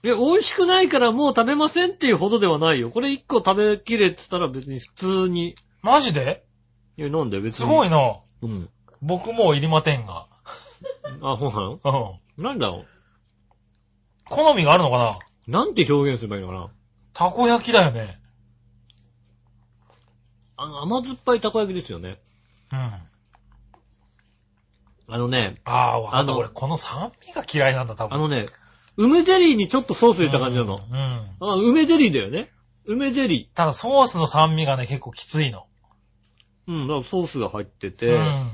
え、美味しくないからもう食べませんっていうほどではないよ。これ一個食べきれって言ったら別に普通に。マジでいや、なんで別に。すごいな。うん。僕もういりませんが。あ、ほんはんうん。なんだろ好みがあるのかなうなんて表現すればいいのかなたこ焼きだよね。あの、甘酸っぱいたこ焼きですよね。うん。あのね、ああ、わかあっのた。俺、この酸味が嫌いなんだ、多分。あのね、梅ゼリーにちょっとソース入れた感じなの。うん。うん。あ、梅ゼリーだよね。梅ゼリただ、ソースの酸味がね、結構きついの。ー。うん、だからソースが入ってて。うん。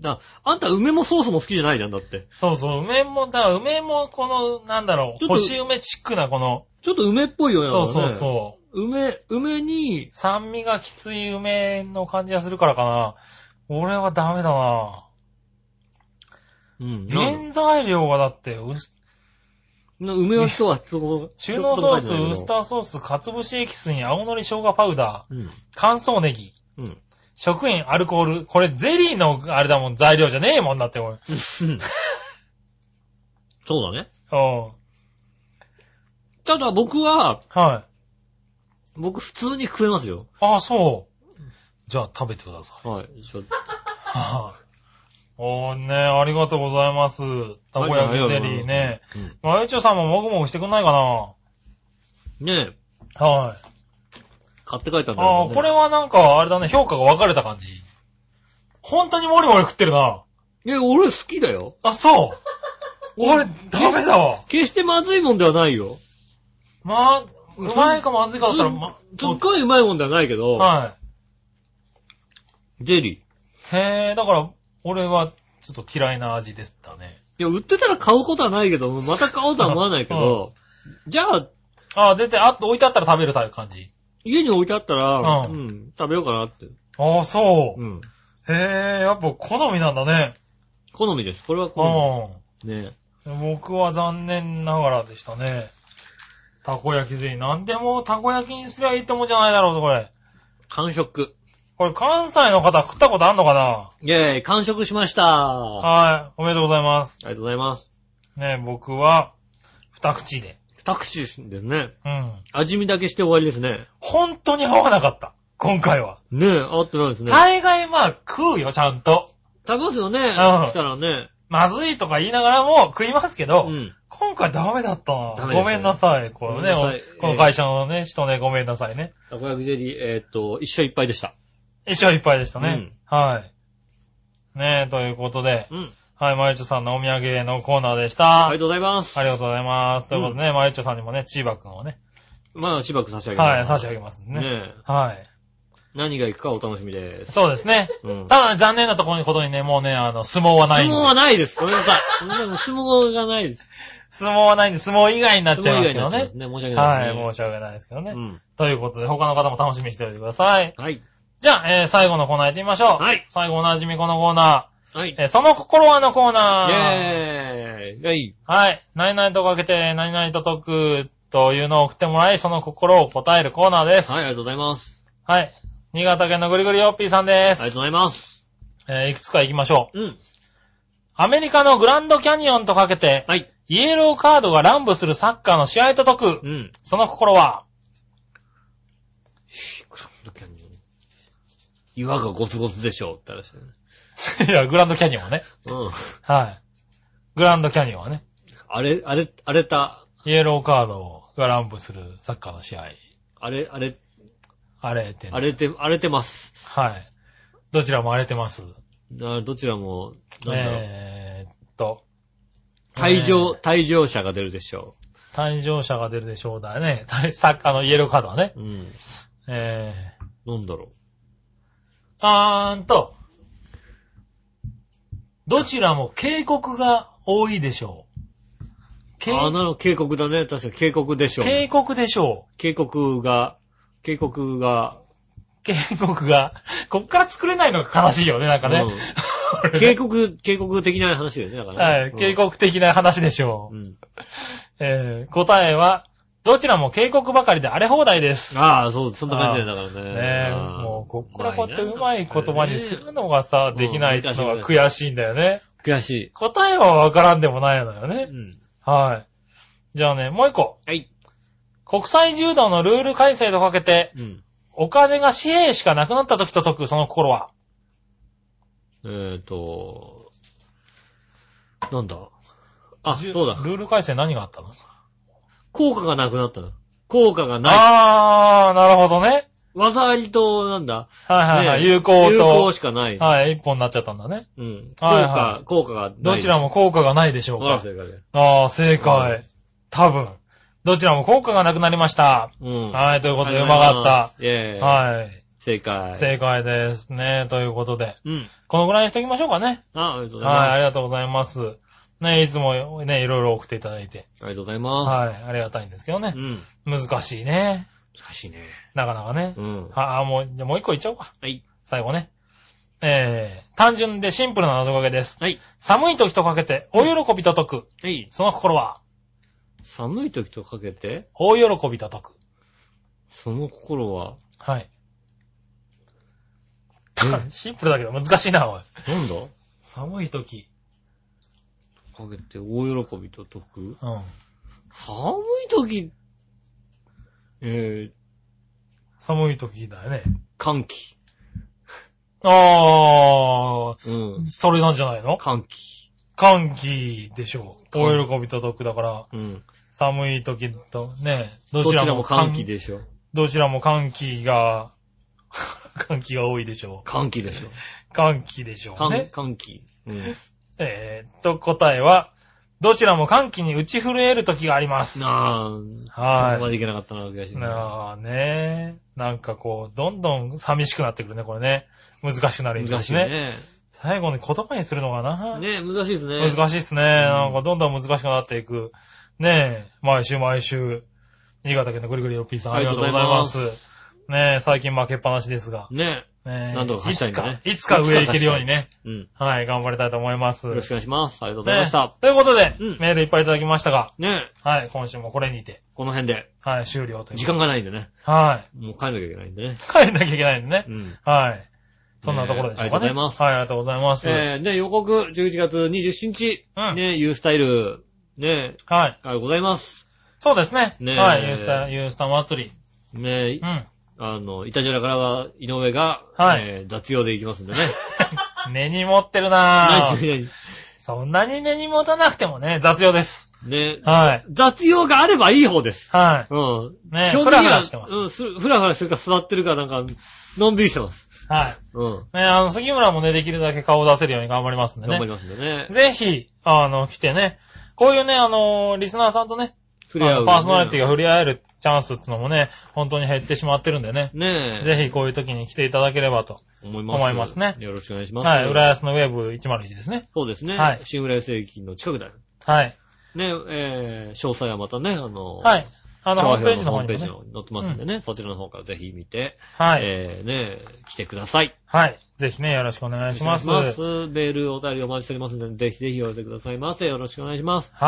だあんた梅もソースも好きじゃないじゃん、だって。そうそう、梅も、だから梅も、この、なんだろちょっとう、星梅チックな、この、ちょっと梅っぽいよね。そうそうう。そう。梅、梅に、酸味がきつい梅の感じがするからかな。俺はダメだなうん、なん原材料がだって、うす、な梅干しとは、そこ、中濃ソーそこス、ウ書いスタてーソース、かつぶしエキスに青のり生姜パウダないけどー、乾燥ネギ、うん。うん。食塩、アルコール。これゼリーの、あれだもん、材料じゃねえもんだって、俺。そうだね。うん。ただ僕は、はい。僕普通に食えますよ。ああ、そう。じゃあ食べてください。はい。ちょっとはい おーね、ありがとうございます。たこ焼きゼリーね。。まあ、ゆちょさんももぐもぐしてくんないかうんねえ、なはい。買って帰ったんだけどねああ、これはなんか、あれだね、評価が分かれた感じ。本当にモリモリ食ってるな。え、俺好きだよ。あ、そう。俺、ダメだわ。決してまずいもんではないよ。まあ、うまいかまずいかだったら、ま、すっごいうまいもんではないけど、はゼリー。いい。へえ、だから、俺は、ちょっと嫌いな味でしたね。や、売ってたら買うことはないけど、また買おうとは思わないけど、じゃあ、ああ、出て、あ、置いてあったら食べるタイプ感じ。家に置いてあったら、ううんん、食べようかなって。ああ、そう。うん。へえ、やっぱ好みなんだね。好みです。これは好うみ。ねん。僕は残念ながらでしたね。たこ焼きゼリー。なんでもたこ焼きにすりゃいいってもんじゃないだろうと、これ。完食。これ関西の方食ったことあんのかなイェーイ、完食しました。あはい。おめでとうございます。りがとうございます。ね、僕は、二口で。タクシーですね。うん。味見だけして終わりですね。本当に合わなかった。今回は。ねえ、合ってないですね。大概まあ食うよ、ちゃんと。食べますよね。ん来たらね。まずいとか言いながらも食いますけど、うん。今回ダメだったなダメですねごめんなさい。これねごめんなさい、おこの会社のね、人ね、ごめんなさいね。たこ焼きゼリー、えーっと、一生いっぱいでした。一生いっぱいでしたね。はい。ねということで、うん。はい、まゆちょさんのお土産のコーナーでしあた。りがとうございます。ありがとうございます。ということでね、まゆちょさんにもね、千葉くんをね、まあ、しばらく差し上げます。はい、差し上げますんでねね。え。はい。何がいくかお楽しみです。そうですね。うん。ただね、残念なところにことにね、もうね、あの、相撲はない相ん撲で。はないです。ごめんなさい。 でも相撲がないです。相撲はないんで、相撲以外になっちゃいますけ相ど撲以外になっちゃいまねす。ね。申し訳ないはですい、ね。申し訳ないですけどね。うん。ということで、他の方も楽しみにしておいてください。はい。じゃあ、えー最後のコーナー行ってみましょう。はい最後おなじみこのコーナはい。イー。えーその心はのコーナェーー。イ。はい。はい。何々とかけて、何々と解くというのを送ってもらい、その心を答えるコーナーです。はい、ありがとうございます。はい。新潟県のぐりぐりよっぴーさんでありがとうす。ございます。えーいくつか行きましょう。うん。アメリカのグランドキャニオンとかけて、はい。イエローカードが乱舞するサッカーの試合と解くう。ん。その 心は、岩がゴツゴツでしょうって話だよね。いや、グランドキャニオンはね。うん。はい。グランドキャニオンはね。あれ、あれ、荒れた、イエローカードが乱舞するサッカーの試合。あれ、あれ、荒れてね荒れて、荒れてます。はい。どちらも荒れてます。あどちらも、なんだろう。えーっと。退場、えー。退場者が出るでしょ退場者が出るでしょうだね。 退サッカーのイエローカードはね。う。うん。えー。なんだろあーんと。どちらも警告が多いでしょう。う。警ああ、なるほど警告だね。確か警告でしょう。警告でしょう。警告が、警告が、警告が、 こっから作れないのが悲しいよね、なんかね。 うん警告、警告的な話だよね、だからね。はうい、ん警。告的な話でしょうう。ん。えー答えは、どちらも警告ばかりで荒れ放題です。ああ、そう、そんな感じだよだからね。ねえ、ああもう、こっからこうやってうまい言葉にするのがさ、うんできないっての難がしい悔しいんだよね。悔しい。答えはわからんでもないのよねう。ん。はい。じゃあね、もう一個。はい。国際柔道のルール改正とかけて、うん。お金が紙幣しかなくなった時と解く、その心は。えっと、なんだあ、そうだ。ルール改正何があったの効果がなくなったな。効果がない。あー、なるほどね。技ありと、なんだはいはいはい。ね有効有効と。しかない。はい、一本になっちゃったんだね。うん。効はいは果、効果がない。どちらも。も効果がないでしょうわかか。る正解で。ああ、正う解。多分。どちらも効果がなくなりました。うん。はい、ということで、うありまがとごかっざいまた。す。イェーイ。はい。正解。正解ですね。ということで。うん。このぐらいにしておきましょうかね。あ、ありがとうございます。はい、あありがとうございます。ね、いつもね、いろいろ送っていただいて。りがとうございまはい、ありがたいんですけどねす。う。ん。難しいね。難しいね。なかなかねう。ん。ああ、もう、じゃあもう一個いっちゃおうか。はい。最後ね。えー、単純でシンプルな謎かけです。はい。寒い時とかけて、お喜びと解く。はい。その心は寒い時とかけて、大喜びと解く。その心は、はい。ね シンプルだけど難しいな、おい。なんだ寒い時。かけて大喜びと解くうん。寒い時、えー、寒い時だよね。寒気。うあんー、。それなんじゃないの寒気。寒気でしょう。寒大喜びと解くだから、うん。寒い時とね、どどちちららもも寒気。でしょ。どちらも寒気が、 寒気が多いでしょ寒気でしょ。う。寒気でしょう寒、ね。寒気。うん。えーっと、答えは、どちらも寒気に打ち震える時があります。なあ、はいそこまでいけなかったな、東なあねなんかこう、どんどん寂しくなってくるね、これね。難しくなる一つ難でしすいね。ね。最後に言葉にするのがな、ね難しいですね。難しいっすね。なんかどんどん難しくなっていく。ねえ、毎週毎週。新潟県のぐりぐりよっぴーさん、ありがとうございます。ねえ、最近負けっぱなしですが。ねねえ、なんとかい勝ちたいつんだかね、いつか上行けるようにね。うん。はい、頑張りたいと思います。よろしくお願いします。ありがとうございねました。ということで、うんメールいっぱいいただきましたが、ねはい、今週もこれにて、この辺で、はい、終了という。時間がないんでね。はもう帰んなきゃいけないんでね。い。帰んなきゃいけないんでね。うん。はい。そんなところでしょうかね。ねありがとうございますはい、ありがとうございます。えー、で、予告、11月27日、うんね、ユースタイル、ね、はい。あございます。そうですね。ねえはい、ユースタ、ユースタ祭り。ね、うん。あの、イタジラからは、井上が、はいえー雑用で行きますんでね。 根に持ってるな何ぁ。何そんなに根に持たなくてもね、雑用です。ね、はい。雑用があればいい方です。はうん。ね基本的にはふらふらしてますうん、するふらふらしてるか座ってるかなんか、のんびりしてます。い。はい。うん。ね、あの、杉村もね、できるだけ顔を出せるように頑張りますんで頑張りね。ますんでね。ぜひ、あの、来てね、こういうね、あの、リスナーさんとね、触れ合あう、のパーソナリティが触れ合えるチャンスってのもね、本当に減ってしまってるんでね、ねえ。ぜひこういう時に来ていただければと。ひ、思います。思いますねよろしくお願いします。はい、浦安のウェブ101ですね。そうですね。はい新浦安駅の近くだよ。はい。ねえー、詳細はまたね、あの、はい。あの、調ホ和ームペー表ジののホ方ームにペーもジに。載ねってますんでね、そちらの方からぜひ見て、はい。えー、ねえ、来てください。はい。ぜひね、よろしくお願いします。お願いしはますメール、お便りお待ちしておりますので、ぜひぜひお寄せくださいませ。よろしくお願いします。い。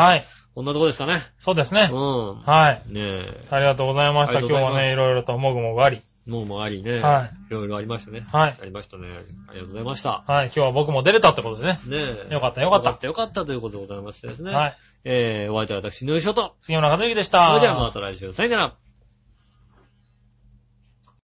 こんなとこですかね。そうですうん。ね。はい。ねえ。ありがとうございました。ありがとうご今日ざいますはね、いろいろともぐもぐあり。もうもありね。。はいいろいろありましたね。はいありましたね。ありがとうございました。はい。今日は僕も出れたってことでね。ねえ。よかったよかったよかった、よかったということでございましてですね。はい。えー、お相手は私、井上翔と。杉村和之でした。それではまた来週。さよなら。